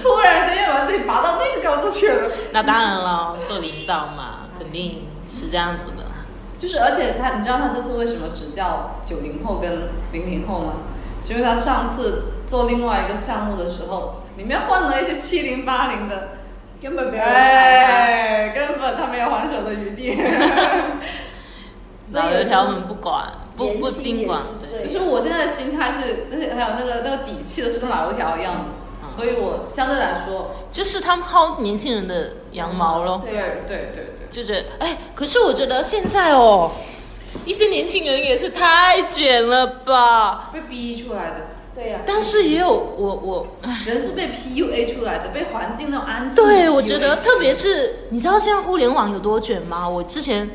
S3: 突然间要把自己拔到那个高度去了，
S2: 那当然了，做领导嘛，肯定是这样子的啦。
S3: 就是而且他你知道他这次为什么只叫九零后跟零零后吗？就是因为他上次做另外一个项目的时候，里面混了一些七零八零的，
S1: 根本没有人睬
S3: 哎，根本他没有还手的 余地。
S1: 所以
S2: 老
S1: 有
S2: 油
S1: 时候
S2: 条们不管，
S1: 他，
S2: 不
S1: 年
S2: 不
S1: 轻
S2: 经
S1: 也
S2: 管
S1: 是，
S2: 对，
S1: 这
S3: 就
S1: 样。
S3: 是我现在的心态是，那些还有那个那个底气的是跟老油条一样的，
S2: 嗯
S3: 所以我相对来说，
S2: 就是他们薅年轻人的羊毛咯。
S1: 嗯对
S3: 对对对对，
S2: 就觉得，哎，可是我觉得现在哦，一些年轻人也是太卷了吧。
S3: 被逼出来的，
S1: 对呀、
S2: 但是也有我我，唉
S3: 人是被 PUA 出来的，被环境那种安静。
S2: 对我觉得，特别是你知道现在互联网有多卷吗？我之前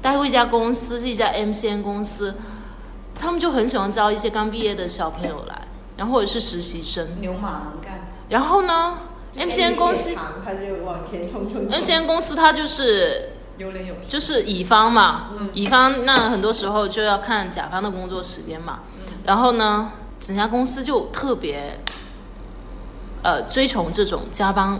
S2: 待过一家公司，是一家 MCN 公司，他们就很喜欢招一些刚毕业的小朋友来，然后或者是实习生。
S3: 牛马能干，
S2: 然后呢
S1: 哎
S2: ，MCN 公司
S1: 一躺他就往前冲冲冲。
S2: ，MCN 公司它就是
S3: 有脸有皮。
S2: 就是乙方嘛
S3: 嗯，
S2: 乙方那很多时候就要看甲方的工作时间嘛。然后呢，整家公司就特别，呃，追崇这种加班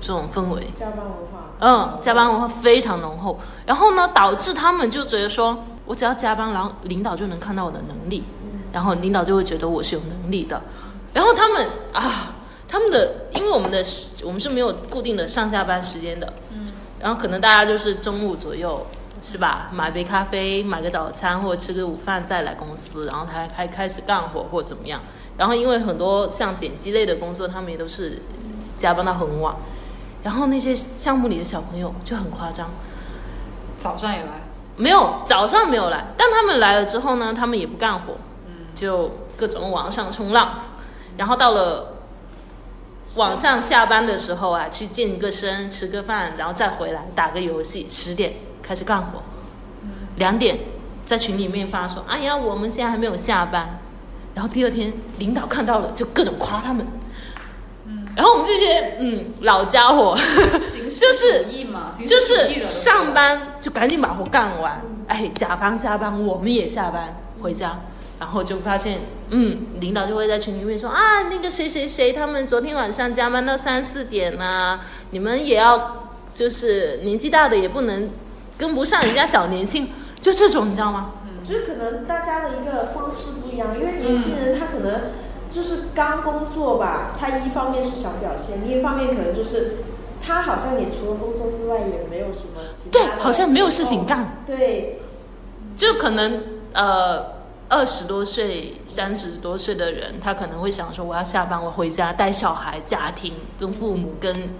S2: 这种氛围。
S1: 加班文化。
S2: 嗯，加班文化非常浓厚。然后呢，导致他们就觉得说，我只要加班，然后领导就能看到我的能力，然后领导就会觉得我是有能力的。然后他们啊，他们的因为我们的时我们是没有固定的上下班时间的，嗯，然后可能大家就是中午左右。是吧？买杯咖啡，买个早餐，或者吃个午饭，再来公司，然后才开开始干活或怎么样。然后因为很多像剪辑类的工作，他们也都是加班到很晚。然后那些项目里的小朋友就很夸张，
S3: 早上也来，
S2: 没有早上没有来，但他们来了之后呢，他们也不干活，就各种网上冲浪，然后到了晚上下班的时候啊，去健个身、吃个饭，然后再回来打个游戏，十点开始干活，两点在群里面发说：“哎呀，我们现在还没有下班。”然后第二天领导看到了，就各种夸他们。然后我们这些嗯老家伙， 就是
S3: 意嘛，形式
S2: 就
S3: 主义
S2: 是
S3: 了
S2: 上班就赶紧把活干完，哎，甲方下班，我们也下班回家，然后就发现，嗯，领导就会在群里面说啊啊，那个谁谁谁，他们昨天晚上加班到三四点啦、你们也要就是年纪大的也不能跟不上人家小年轻，就这种你知道吗？
S1: 就是可能大家的一个方式不一样，因为年轻人他可能就是刚工作吧，他一方面是想表现，另一方面可能就是他好像也除了工作之外也没有什么其他
S2: 对
S1: 的，
S2: 好像没有事情干
S1: 活动。对，
S2: 就可能呃二十多岁、三十多岁的人，他可能会想说，我要下班，我回家带小孩、家庭、跟父母、跟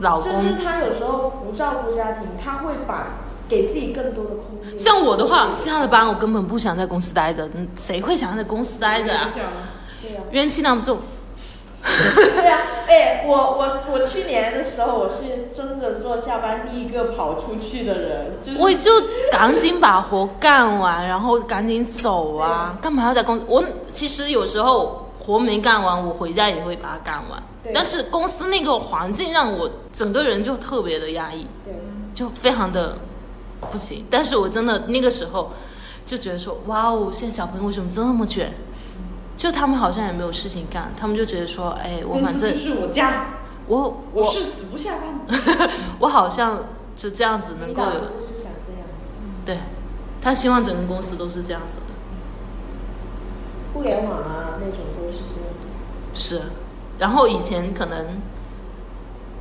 S2: 老
S1: 甚
S2: 公。
S1: 至他有时候不照顾家庭，他会把给自己更多的空间。
S2: 像我的话，下了班我根本不想在公司待着，嗯谁会想在公司待
S3: 哎
S2: 着啊？
S1: 对呀、
S2: 怨气那么重，
S1: 对呀、哎，我我我去年的时候，我是争着做下班第一个跑出去的人，就是
S2: 我就赶紧把活干完，然后赶紧走啊！干嘛要在公司？我其实有时候活没干完，我回家也会把它干完
S1: 对。
S2: 但是公司那个环境让我整个人就特别的压抑。
S1: 对，
S2: 就非常的不行。但是我真的那个时候就觉得说，哇哦，现在小朋友为什么这么卷？就他们好像也没有事情干，他们就觉得说，哎，我反正
S3: 是我家，
S2: 我我
S3: 死不下班。
S2: 我好像就这样子能
S1: 领
S2: 够
S1: 导
S2: 有
S1: 不就是想这样。
S2: 对，他希望整个公司都是这样子的，
S1: 互联网啊那种都是这样子。
S2: 是。然后以前可能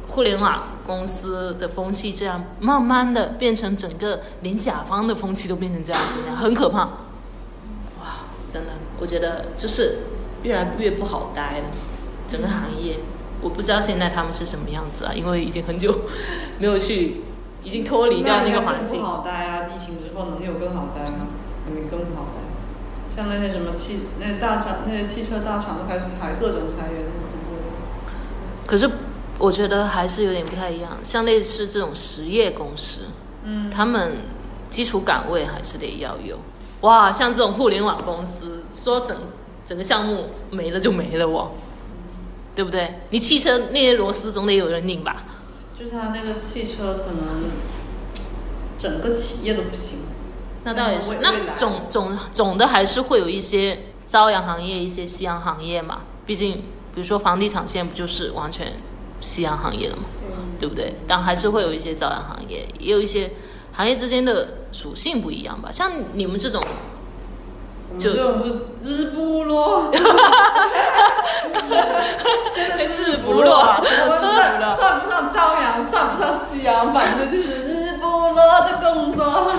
S2: 互联网公司的风气这样，慢慢的变成整个连甲方的风气都变成这样子，很可怕。哇，真的，我觉得就是越来越不好待了，整个行业，我不知道现在他们是什么样子啊，因为已经很久没有去，已经脱离掉那个环境
S3: 不。好待啊！疫情之后能有更好待吗？肯定更不好待。像那些什么汽那大厂那些汽车大厂都开始裁各种裁员，很恐怖。
S2: 可是我觉得还是有点不太一样，像类似这种实业公司，
S3: 嗯，
S2: 他们基础岗位还是得要有。哇，像这种互联网公司，说整整个项目没了就没了哦，对不对？你汽车那些螺丝总得有人拧吧？
S3: 就是他那个汽车可能整个企业都不行。
S2: 那倒也是
S3: 未。未
S2: 那
S3: 来
S2: 总总总的还是会有一些朝阳行业、一些夕阳行业嘛。毕竟，比如说房地产现在不就是完全夕阳行业了嘛，对不对？但还是会有一些朝阳行业，也有一些行业之间的属性不一样吧。像你们这种
S3: 我们
S2: 就
S3: 这种是日不落，
S1: 真的
S2: 是
S1: 是
S2: 日不落啊真的是日不落
S3: 算算不上朝阳，算不上夕阳，反正就是日不落的工作。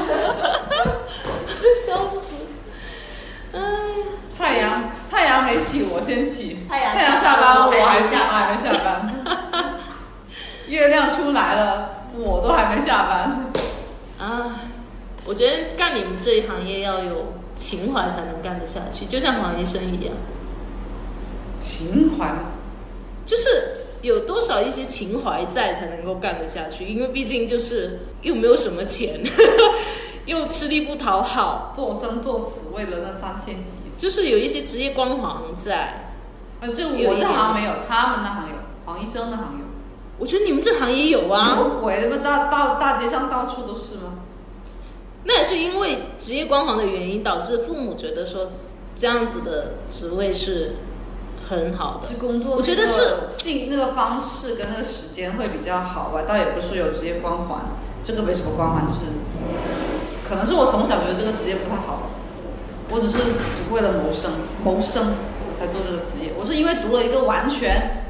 S2: 笑死！
S3: 哎太阳，太阳没起，我先起。
S2: 太阳
S3: 下班，我还
S2: 下
S3: 下
S2: 班
S3: 还没下班。月亮出来了，我都还没下班。
S2: 啊，我觉得干你们这一行业要有情怀才能干得下去，就像黄医生一样，
S3: 情怀，
S2: 就是有多少一些情怀在才能够干得下去，因为毕竟就是又没有什么钱， 又吃力不讨好，
S3: 做生做死，为了那三千集。
S2: 就是有一些职业光环在。
S3: 啊，这
S2: 有
S3: 我
S2: 一
S3: 这
S2: 点
S3: 行没有，他们那行有，黄医生那行有。
S2: 我觉得你们这行也有
S3: 什
S2: 啊，
S3: 么鬼？他妈大大大街上到处都是吗？
S2: 那也是因为职业光环的原因，导致父母觉得说这样子的职位是很好的
S3: 这。工作，
S2: 我觉得是
S3: 性那个方式跟那个时间会比较好吧，倒也不是有职业光环，这个没什么光环，就是可能是我从小觉得这个职业不太好，我只是为了谋生谋生才做这个职业，我是因为读了一个完全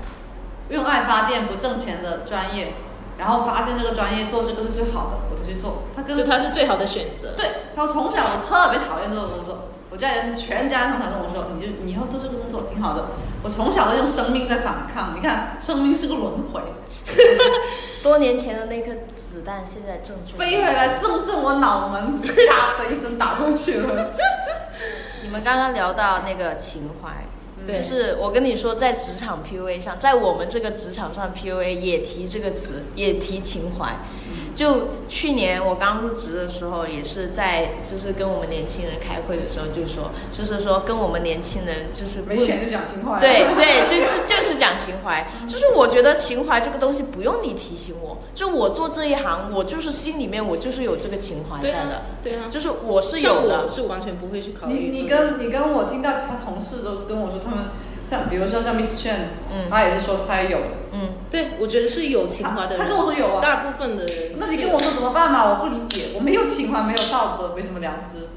S3: 用爱发电不挣钱的专业，然后发现这个专业做这个是最好的，我才去做，它跟
S2: 就他是最好的选择。
S3: 对，他从小我特别讨厌这个工作，我家人全家从小跟我说，你就你以后做这个工作挺好的。我从小都用生命在反抗，你看，生命是个轮回，
S1: 多年前的那颗子弹现在正中
S3: 飞回来正中我脑门，啪的一声打过去了。
S6: 你们刚刚聊到那个情怀，
S4: 嗯
S2: 对
S6: 就是我跟你说，在职场 PUA 上，在我们这个职场上 PUA 也提这个词，也提情怀。
S4: 嗯
S6: 就去年我刚入职的时候，也是在就是跟我们年轻人开会的时候，就说就是说跟我们年轻人就是不
S3: 没钱就讲情话。
S6: 对对，就就就是讲情怀，就是我觉得情怀这个东西不用你提醒我，就我做这一行，我就是心里面我就是有这个情怀在
S2: 对
S6: 的
S2: 啊，，对啊，
S6: 就是我是
S2: 像
S6: 有
S2: 我
S6: 的。
S2: 是完全不会去考虑
S3: 你
S2: 这
S3: 你
S2: 个。
S3: 跟你跟我听到其他同事都跟我说，他们像比如说像 Miss Chen，
S6: 嗯
S3: 他也是说他有，
S6: 嗯，
S4: 对，我觉得是有情怀的人，
S3: 他他跟我说有啊
S4: 大部分的人，
S3: 那你跟我说怎么办嘛？我不理解，我没有情怀，没有道德，没什么良知。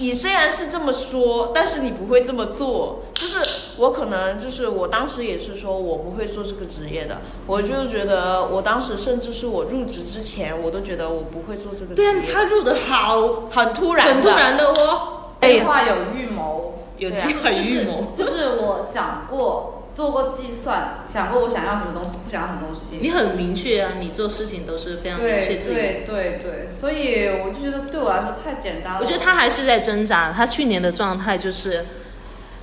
S6: 你虽然是这么说，但是你不会这么做。就是我可能就是我当时也是说我不会做这个职业的，我就觉得我当时甚至是我入职之前，我都觉得我不会做这个职
S4: 对
S6: 业。
S4: 啊，他入的好
S6: 很突然，啊
S4: 很突然。的哦，
S3: 废话有预谋，
S4: 有
S6: 对啊
S4: 计划与预谋。
S3: 就是我想过，做过计算，想过我想要什么东西，不想要什么东西。
S4: 你很明确啊，你做事情都是非常明确
S3: 对
S4: 自己的。
S3: 对对对，所以我就觉得对我来说太简单了。
S2: 我觉得他还是在挣扎，他去年的状态就是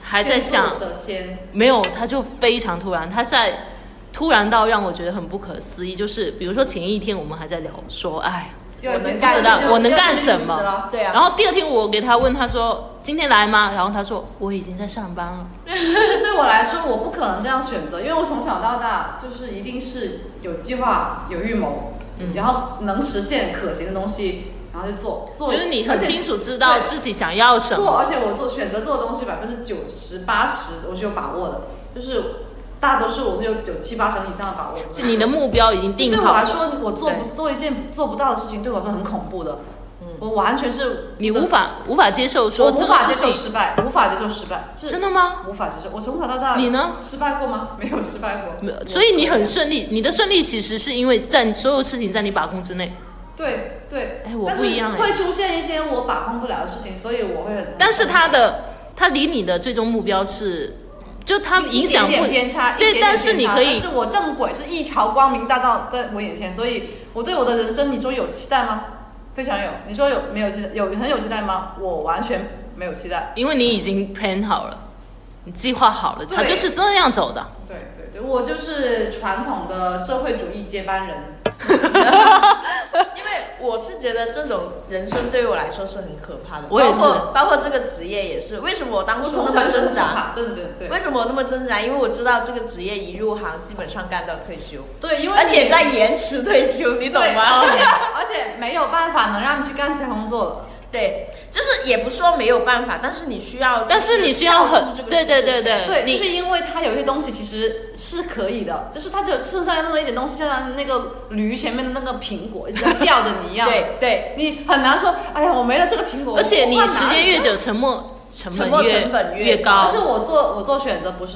S2: 还在想
S3: 先，做者先，
S2: 没有，他就非常突然，他在突然到让我觉得很不可思议，就是比如说前一天我们还在聊说，哎，
S3: 第二
S6: 我能
S3: 天
S6: 干
S3: 就
S6: 什
S3: 第二
S6: 么
S3: 天
S2: 我能
S3: 就
S2: 干
S3: 辞
S2: 什么
S3: 职了
S6: 对啊，
S2: 然后第二天我给他问，他说今天来吗？然后他说我已经在上班了。
S3: 就是对我来说，我不可能这样选择，因为我从小到大就是一定是有计划、有预谋，
S2: 嗯
S3: 然后能实现可行的东西，然后就做做。
S2: 就是你
S3: 而
S2: 很
S3: 且
S2: 清楚知道
S3: 对
S2: 自己想要什
S3: 做，
S2: 么，
S3: 而且我做选择做的东西百分之九十八十我是有把握的，就是大多数我是有有七八成以上的把握的。
S2: 就你的目标已经定
S3: 对我
S2: 好
S3: 来
S2: 了，
S3: 说，我做不做一件做不到的事情，对我来说很恐怖的。我完全是
S2: 嗯你无法无法接受
S3: 我
S2: 说这
S3: 无
S2: 个
S3: 法接
S2: 事
S3: 受
S2: 情，
S3: 失败，无法接受失败，是
S2: 真的吗？
S3: 无法接受。我从小到大，
S2: 你呢
S3: 失败过吗？没有失败过。
S2: 没有，所以你很顺利，你的顺利其实是因为在所有事情在你把控之内。
S3: 对对，
S2: 哎我
S3: 但
S2: 不
S3: 是
S2: 一样哎
S3: 会出现一些我把控不了的事情，所以我会很。
S2: 但是他的他离你的最终目标是，就他
S3: 一
S2: 影响
S3: 一点
S2: 不
S3: 点偏差，一点
S2: 对，
S3: 点
S2: 但是你
S3: 偏差
S2: 可以
S3: 但是我正轨是一条光明大道在我眼前，所以我对我的人生，你说有期待吗？非常有。你说有没有期待？有很有期待吗？我完全没有期待。
S2: 因为你已经 plan 好了，你计划好了，
S3: 对
S2: 他就是这样走的。
S3: 对对对，我就是传统的社会主义接班 人。
S6: 因为我是觉得这种人生对我来说是很可怕的，
S2: 我也是
S6: 包括包括这个职业也是。为什么我当
S3: 我
S6: 初
S3: 从
S6: 那
S3: 小
S6: 么
S3: 就
S6: 挣
S3: 很
S6: 扎？
S3: 怕，真的真的对
S6: 为。什么我那么挣扎？因为我知道这个职业一入行，基本上干到退休，
S3: 对，因为
S6: 而且
S3: 你
S6: 在延迟退休，你懂
S3: 对
S6: 吗？
S3: 而且而且没有办法能让你去干其他工作了。
S6: 对，就是也不是说没有办法，但是你需要，
S2: 但是你需要很
S6: 这个
S2: 对对对对，
S3: 对，就
S2: 你
S3: 是因为它有些东西其实是可以的，就是它只有吃上那么一点东西，就像那个驴前面的那个苹果一直在吊着你一样。
S6: 对对，
S3: 你很难说，哎呀，我没了这个苹果。
S2: 而且你
S3: 我换哪
S2: 时间
S3: 里
S2: 越
S3: 呢，
S2: 久，沉默成
S6: 沉没
S2: 本越
S6: 成本越
S2: 越高
S3: 但。是我做我做选择不是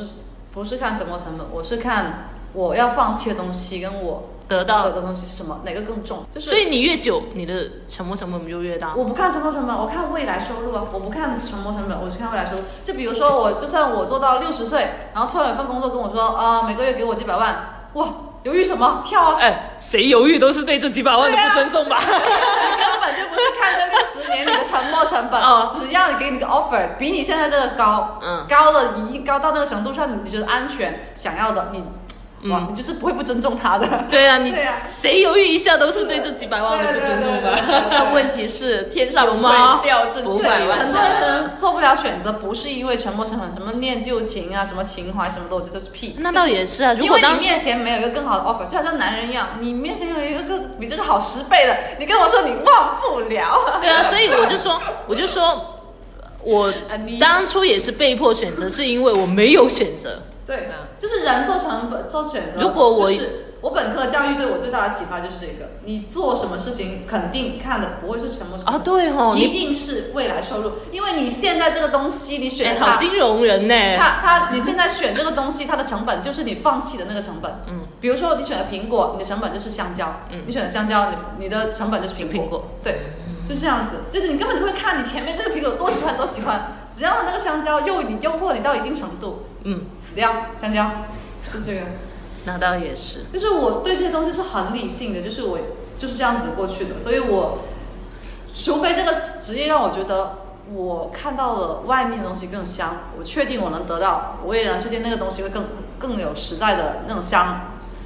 S3: 不是看什么成本，我是看我要放弃的东西跟我
S2: 得
S3: 得
S2: 到，
S3: 的东西是什么，哪个更重。就是
S2: 所以你越久，你的沉默成本就越大。
S3: 我不看沉没成本，我看未来收入啊！我不看沉没成本，我去看未来收入。就比如说，我就算我做到六十岁，然后突然有份工作跟我说啊、每个月给我几百万，哇，犹豫什么？跳 啊！
S2: 哎，谁犹豫都是对这几百万的不尊重吧？
S3: 根本就不是看这六十年你的沉没成本，
S2: 哦
S3: 只要你给你个 offer，比你现在这个高，
S2: 嗯
S3: 高了已经高到那个程度上，你觉得安全，想要的你，哇，
S2: 嗯
S3: 你就是不会不尊 重他的。
S2: 对啊，你
S3: 对啊
S2: 谁犹豫一下都是对这几百万的不尊重吧？
S6: 但
S3: 吧
S6: 问题是天上
S2: 有
S6: 不
S2: 吗
S6: 会掉这
S2: 不
S6: 几
S2: 会
S6: 百万
S3: 很多
S6: 下来
S3: 人做不了选择，不是因为沉没成本，什么念旧情啊，什么情怀，什么的，我觉得都是屁。
S2: 那倒也是啊，如
S3: 因
S2: 果
S3: 为
S2: 当
S3: 你
S2: 时
S3: 面前没有一个更好的 offer，就好像男人一样，你面前有一个更比这个好十倍的，你跟我说你忘不了。
S2: 对啊，所以我就说，我就说，我当初也是被迫选择，是因为我没有选择。
S3: 对，就是人做成本做选择。
S2: 嗯如果我
S3: 就是我本科教育对我最大的启发就是这个，你做什么事情肯定看的不会是什么
S2: 啊对哦你
S3: 一定是未来收入，因为你现在这个东西你
S2: 哎，
S3: 选它，
S2: 好金融人呢、
S3: 它它你现在选这个东西，它的成本就是你放弃的那个成本。嗯，比如说你选了苹果，你的成本就是香蕉。嗯，你选了香蕉，你你的成本就是苹嗯
S2: 就苹果
S3: 对，就这样子，就是你根本就不会看你前面这个苹果多喜欢多喜欢，只要那个香蕉诱你诱惑你到一定程度，
S2: 嗯，
S3: 死掉香蕉，就这个。
S2: 那倒也是。
S3: 就是我对这些东西是很理性的，就是我就是这样子过去的，所以我除非这个职业让我觉得我看到了外面的东西更香，我确定我能得到，我也能确定那个东西会更更有实在的那种香，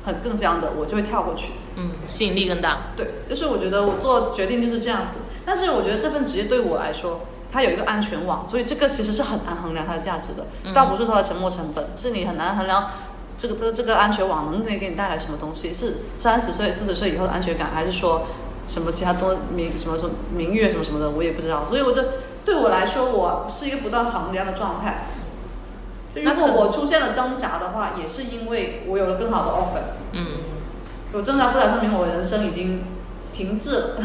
S3: 很更香的，我就会跳过去。
S2: 嗯，吸引力更大。
S3: 对，就是我觉得我做决定就是这样子，但是我觉得这份职业对我来说。它有一个安全网，所以这个其实是很难衡量它的价值
S6: 嗯
S3: 的，倒不是它的沉没成本，是你很难衡量这个这这个安全网能给你带来什么东西，是三十岁、四十岁以后的安全感，还是说什么其他多名什么什么名誉什么什么的，我也不知道。所以我就对我来说，我是一个不断衡量的状态。就
S6: 那
S3: 如
S6: 可
S3: 果我出现了挣扎的话，也是因为我有了更好的 offer。
S2: 嗯，
S3: 我挣扎不了，说明我人生已经停滞了。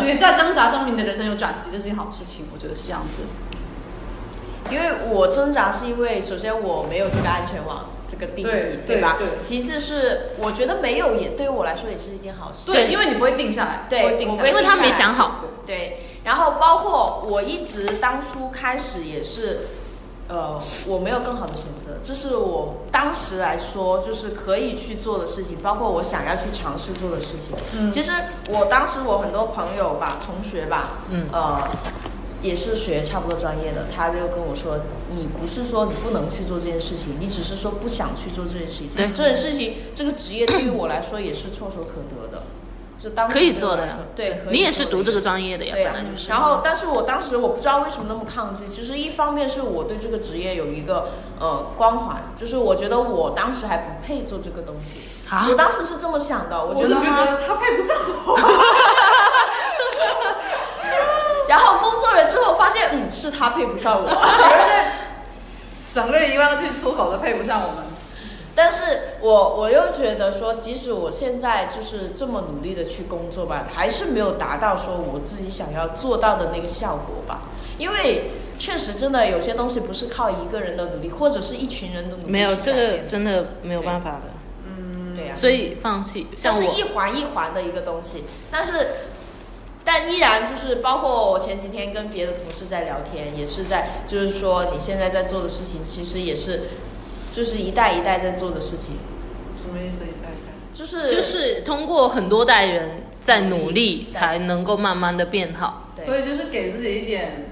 S3: 你在挣扎，证明你的人生有转机，这是件好事情，我觉得是这样子。
S6: 因为我挣扎是因为，首先我没有这个安全网这个定义，
S3: 对
S6: 对吧？
S3: 对对
S6: 其次是我觉得没有也对我来说也是一件好事。
S3: 对，因为你不会定下来，
S6: 对
S3: 不会定下
S6: 我
S3: 来，
S6: 被
S2: 因为他没想好。
S6: 对，然后包括我一直当初开始也是，呃，我没有更好的选择，这是我当时来说就是可以去做的事情，包括我想要去尝试做的事情。
S3: 嗯
S6: 其实我当时我很多朋友吧，同学吧，
S2: 嗯
S6: 呃。也是学差不多专业的，他就跟我说：“你不是说你不能去做这件事情，你只是说不想去做这件事情。
S2: 对
S6: 这件事情，这个职业对于我来说也是唾手可得的，就当时
S2: 可以做的呀
S6: 对我来说。对，可以
S2: 你也是
S6: 做的
S2: 读这个专业的呀，
S6: 对
S2: 本
S6: 呀、
S2: 来就是。
S6: 然后，但是我当时我不知道为什么那么抗拒。其实一方面是我对这个职业有一个呃光环，就是我觉得我当时还不配做这个东西。
S2: 啊
S6: 我当时是这么想的，我
S3: 我
S6: 觉
S3: 就觉
S6: 得他。
S3: 得他配不上我。
S6: 然后工作了之后发现，嗯，是他配不上 我。
S3: 省略一万个句出口都配不上我们。
S6: 但是我我又觉得说，即使我现在就是这么努力的去工作吧，还是没有达到说我自己想要做到的那个效果吧。因为确实真的有些东西不是靠一个人的努力，或者是一群人的努力
S2: 没有
S6: 去
S2: 这
S6: 改
S2: 个
S6: 变的
S2: 真的没有办法的，
S3: 嗯
S6: 对呀、
S2: 所以放弃。
S6: 它
S2: 像
S6: 是一
S2: 我，
S6: 环一环的一个东西，但是但依然就是包括我前几天跟别的同事在聊天，也是在就是说你现在在做的事情，其实也是就是一代一代在做的事情，
S3: 什么意思？你再看。
S6: 就是
S2: 就是通过很多代人在努
S6: 努
S2: 力，
S6: 力
S2: 才能够慢慢的变好。
S6: 对
S3: 所以就是给自己一点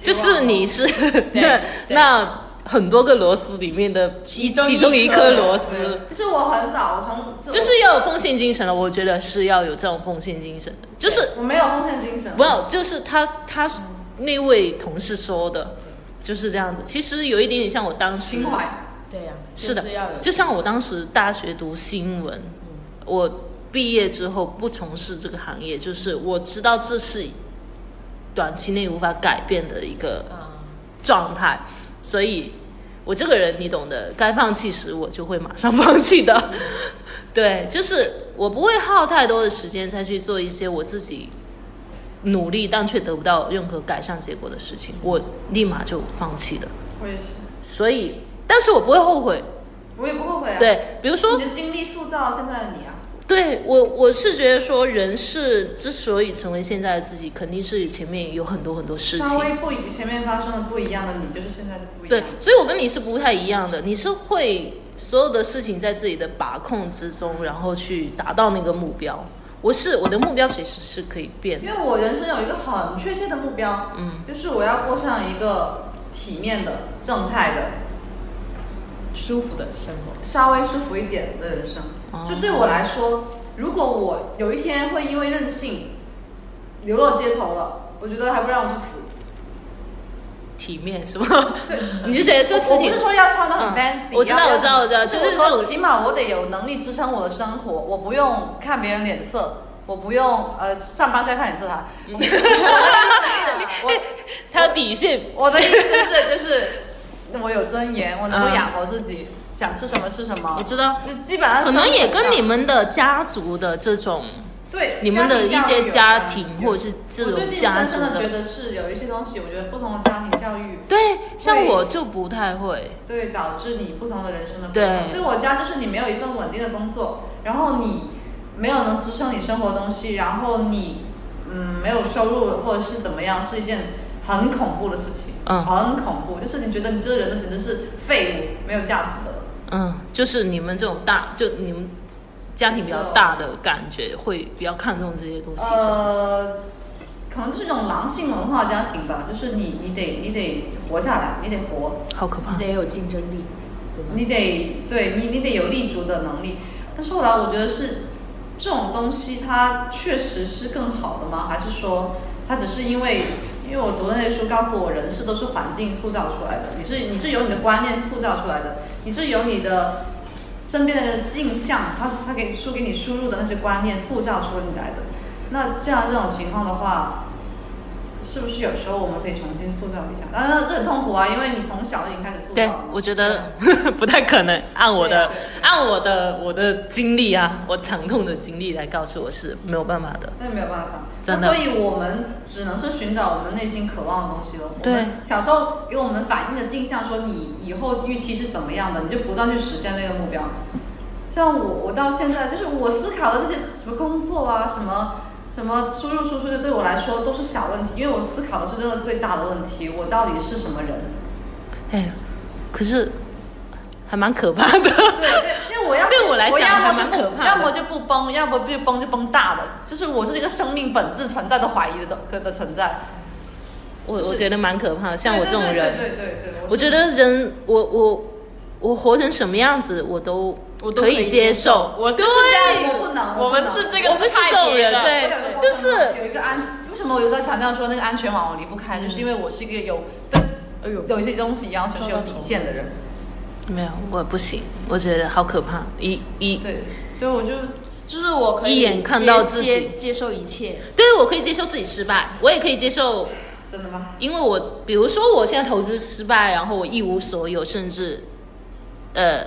S3: 希
S2: 就
S3: 望，
S2: 是你是
S6: 对
S2: 那
S6: 对
S2: 那很多个螺丝里面的其
S6: 中一
S2: 其中一
S6: 颗
S2: 颗
S6: 螺
S2: 螺
S6: 丝
S2: 丝。
S3: 其实我很早，我从
S2: 就是要有奉献精神了，我觉得是要有这种奉献精神的。就是
S3: 我没有奉献精神。
S2: 不要，就是他他那位同事说的，就是这样子。其实有一点点像我当时
S3: 情怀，
S6: 对呀、
S2: 是
S6: 就是要
S2: 的，
S6: 有嗯
S2: 就像我当时大学读新闻，我毕业之后不从事这个行业，就是我知道这是短期内无法改变的一个
S6: 啊、
S2: 状态，所以我这个人你懂的，该放弃时我就会马上放弃的。 对，就是我不会耗太多的时间再去做一些我自己努力但却得不到任何改善结果的事
S6: 嗯
S2: 情，我立马就放弃的。
S3: 我也是，
S2: 所以，但是我不会后悔。
S3: 我也不后悔啊。，
S2: 对，比如说
S3: 你，的经历塑造现在的你啊。
S2: 对我我是觉得说，人是之所以成为现在的自己，肯定是前面有很多很多事
S3: 稍
S2: 情。
S3: 微不一前面发生的不一样的你，就是现在的不一
S2: 对
S3: 样。，
S2: 所以我跟你是不太一样的，你是会所有的事情在自己的把控之中，然后去达到那个目标。我是我的目标随时是可以变
S3: 因
S2: 的，
S3: 为我人生有一个很确切的目标，
S2: 嗯，
S3: 就是我要过上一个体面的、正派的、
S6: 舒服的生活，
S3: 稍微舒服一点的人生
S2: 哦。
S3: 就对我来说，如果我有一天会因为任性流落街头了，我觉得还不让我去死。
S2: 体面是吗？
S3: 对，
S2: 你是觉得这事
S3: 我
S2: 情
S3: 不是说要穿的很
S2: 嗯
S3: fancy，、
S2: 我知道
S3: 要
S2: 我知道我知道
S3: 就
S2: 就是是
S3: 我
S2: 那种
S3: 说起码我得有能力支撑我的生活，我不用看别人脸色，我不用呃上班是要看脸色的啊，我
S2: 它有底线？
S3: 我的意思是，就是我有尊严，我能够养活自己，想吃什么吃什么。
S2: 我知道
S3: 就基本上
S2: 嗯可能也跟你
S3: 们
S2: 们的家族的这种，
S3: 对
S2: 你们的一些家
S3: 家庭
S2: 庭
S3: 教育有关
S2: 或者是这
S3: 我最
S2: 种
S3: 近
S2: 家
S3: 深
S2: 族
S3: 深的觉得是有一些东西，我觉得不同的家庭教育
S2: 对，像
S3: 会
S2: 我就不太会，
S3: 对导致你不同的人生的不
S2: 对
S3: 同对我家就是你没有一份稳定的工作，然后你没有能支撑你生活的东西，然后你嗯没有收入或者是怎么样，是一件很恐怖的事情，
S2: 嗯
S3: 很恐怖，就是你觉得你这个人简直是废物，没有价值的了。
S2: 嗯，就是你们这种大，就你们家庭比较大的感觉，会比较看重这些东西是吗。
S3: 呃，可能就是一种狼性文化家庭吧，就是你你得你得活下来，你得活，
S2: 好可怕
S6: 你！得有竞争力，对吧？
S3: 你得对你你得有立足的能力。但是后来我觉得是这种东西，它确实是更好的吗？还是说它只是因为？因为我读的那些书告诉我，人是都是环境塑造出来的，你是你是由你的观念塑造出来的，你是由你的身边的人的镜像，他他给输给你输入的那些观念塑造出你来的。那这样这种情况的话，是不是有时候我们可以重新塑造一下？当然这很痛苦啊，因为你从小已经开始塑造
S2: 对
S3: 了嘛。，
S2: 我觉得 不太可能。按我的、
S3: 啊对啊
S2: 按我的我的经历啊，我惨痛的经历来告诉我是没有办法的。
S3: 那没有办法，那
S2: 真的
S3: 所以我们只能是寻找我们内心渴望的东西了。
S2: 对，
S3: 小时候给我们反映的镜像，说你以后预期是怎么样的，你就不断去实现那个目标。像我，我到现在就是我思考的这些什么工作啊，什么什么输入输出的，对我来说都是小问题，因为我思考的是这个最大的问题，我到底是什么人？
S2: 哎，可是还蛮可怕的。
S3: 对对，因为我要
S2: 对我来讲
S3: 要
S2: 还
S3: 么
S2: 蛮可
S3: 就不
S2: 怕的
S3: 要么就不崩，要么就崩就崩大的，就是我是一个生命本质存在的怀疑的的的存在。
S2: 我
S3: 就是
S2: 我觉得蛮可怕的，像我这种人，
S3: 对对对对对，
S2: 我觉得人，我我我活成什么样子，我都
S4: 我都
S2: 可
S4: 可以
S2: 以接
S4: 接受
S2: 我
S4: 就是这样
S3: 子我不能
S4: 我们
S3: 不能
S4: 是这个
S2: 我们是这种人
S4: 派别的
S2: 对就是
S3: 有一个安，为什么我又在强调说那个安全网我离不开，就是因为我是一个有对
S6: 哎呦
S3: 有一些东西要求是有底线的人。
S2: 哎没有，我不行，我觉得好可怕，一一
S3: 对，对，我就
S6: 就是我可以
S2: 一眼看到自己
S6: 接接接受一切，
S2: 对我可以接受自己失败，我也可以接受，
S3: 真的吗？
S2: 因为我比如说我现在投资失败，然后我一无所有，甚至，呃，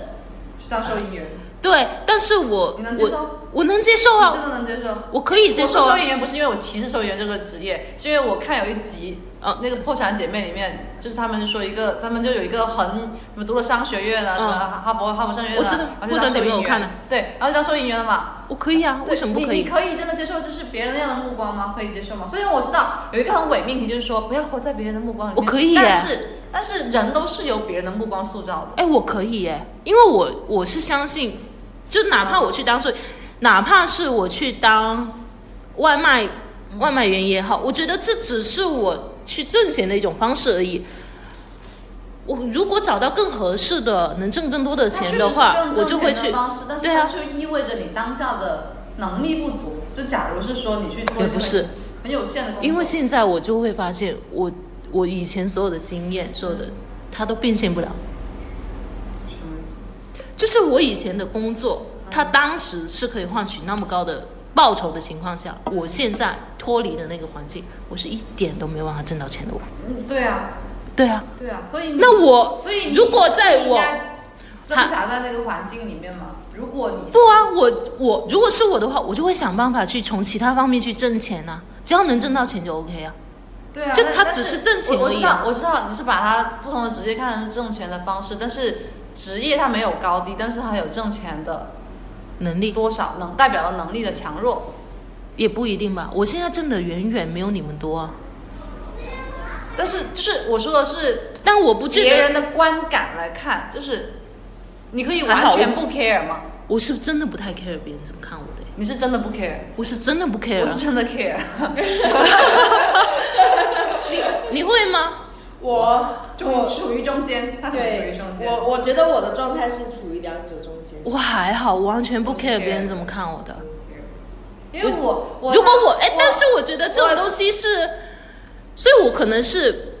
S3: 去当兽医员，
S2: 对，但是我
S3: 你能接受
S2: 我哎我能接受
S3: 真
S2: 啊，
S3: 的能接受。
S2: 我可以接受
S3: 我说
S2: 啊
S3: 兽医，员不是因为我歧视兽医员这个职业，是因为我看有一集，
S2: 嗯
S3: 那个《破产姐妹》里面，就是他们就说一个，他们就有一个很什么读了商学院啊，什么哈佛哈佛商学院啊，
S2: 嗯我知道
S3: 然
S2: 破
S3: 后就
S2: 产
S3: 当
S2: 姐
S3: 兽
S2: 妹
S3: 医
S2: 我
S3: 员，
S2: 看了
S3: 对，然后就当兽医员了嘛。
S2: 我可以啊，
S3: 对
S2: 为什么不可
S3: 你？
S2: 以
S3: 你？可以真的接受就是别人那样的目光吗？可以接受吗？虽然我知道有一个很伪命题，就是说不要活在别人的目光里面。
S2: 我可以耶
S3: 但是但是人都是由别人的目光塑造的。
S2: 哎，我可以耶，因为我我是相信，就哪怕我去当说，哪怕是我去当外卖外卖员也好，我觉得这只是我去挣钱的一种方式而已。我如果找到更合适的，能挣更多的钱的话，
S3: 啊
S2: 我
S3: 它确实是更挣
S2: 就会
S3: 钱
S2: 去
S3: 的方式，但。是
S2: 对
S3: 它
S2: 啊，
S3: 就意味着你当下的能力不足。就假如是说你去做
S2: 也
S3: 一些
S2: 不是
S3: 很有限的工作，
S2: 因为现在我就会发现，我我以前所有的经验，所有的它都变现不了。
S3: 什么意思
S2: 就是我以前的工作，他当时是可以换取那么高的报酬的情况下，我现在脱离的那个环境，我是一点都没有办法挣到钱的我。
S3: 嗯，对啊，
S2: 对啊，
S3: 对啊，所以你
S2: 那我
S3: 所以你
S2: 如果在我
S3: 应该挣扎在那个环境里面嘛，如果你
S2: 不啊，我我如果是我的话，我就会想办法去从其他方面去挣钱啊，只要能挣到钱就 OK 啊。
S3: 对啊，
S2: 就
S3: 但
S2: 他
S3: 但
S2: 只是挣钱
S3: 我我
S2: 而
S3: 知
S2: 已
S3: 道
S2: 啊，
S3: 我知道你是把他不同的职业看成是挣钱的方式，但是职业它没有高低，但是它有挣钱的
S2: 能力
S3: 多少能代表了能力的强弱。
S2: 也不一定吧，我现在挣的远远没有你们多啊，
S3: 但是就是我说的是
S2: 但我不觉
S3: 别人
S2: 得，
S3: 的观感来看，就是你可以
S2: 还好
S3: 完全不 care 吗？
S2: 我是真的不太 care 别人怎么看我的，
S3: 你是真的不 care，
S2: 我是真的不 care
S3: 我
S2: 啊、
S3: 是真的 care。
S2: 你会吗？
S1: 我
S3: 中
S1: 我
S3: 处于中间，他可能处于
S1: 对
S3: 中，间。
S1: 我我觉得我的状态是处于两者中间。
S2: 我还好，我完全不 care
S3: care
S2: 别人怎么看我的。
S3: 因为我我
S2: 如果我哎，但是我觉得这种东西是，所以我可能是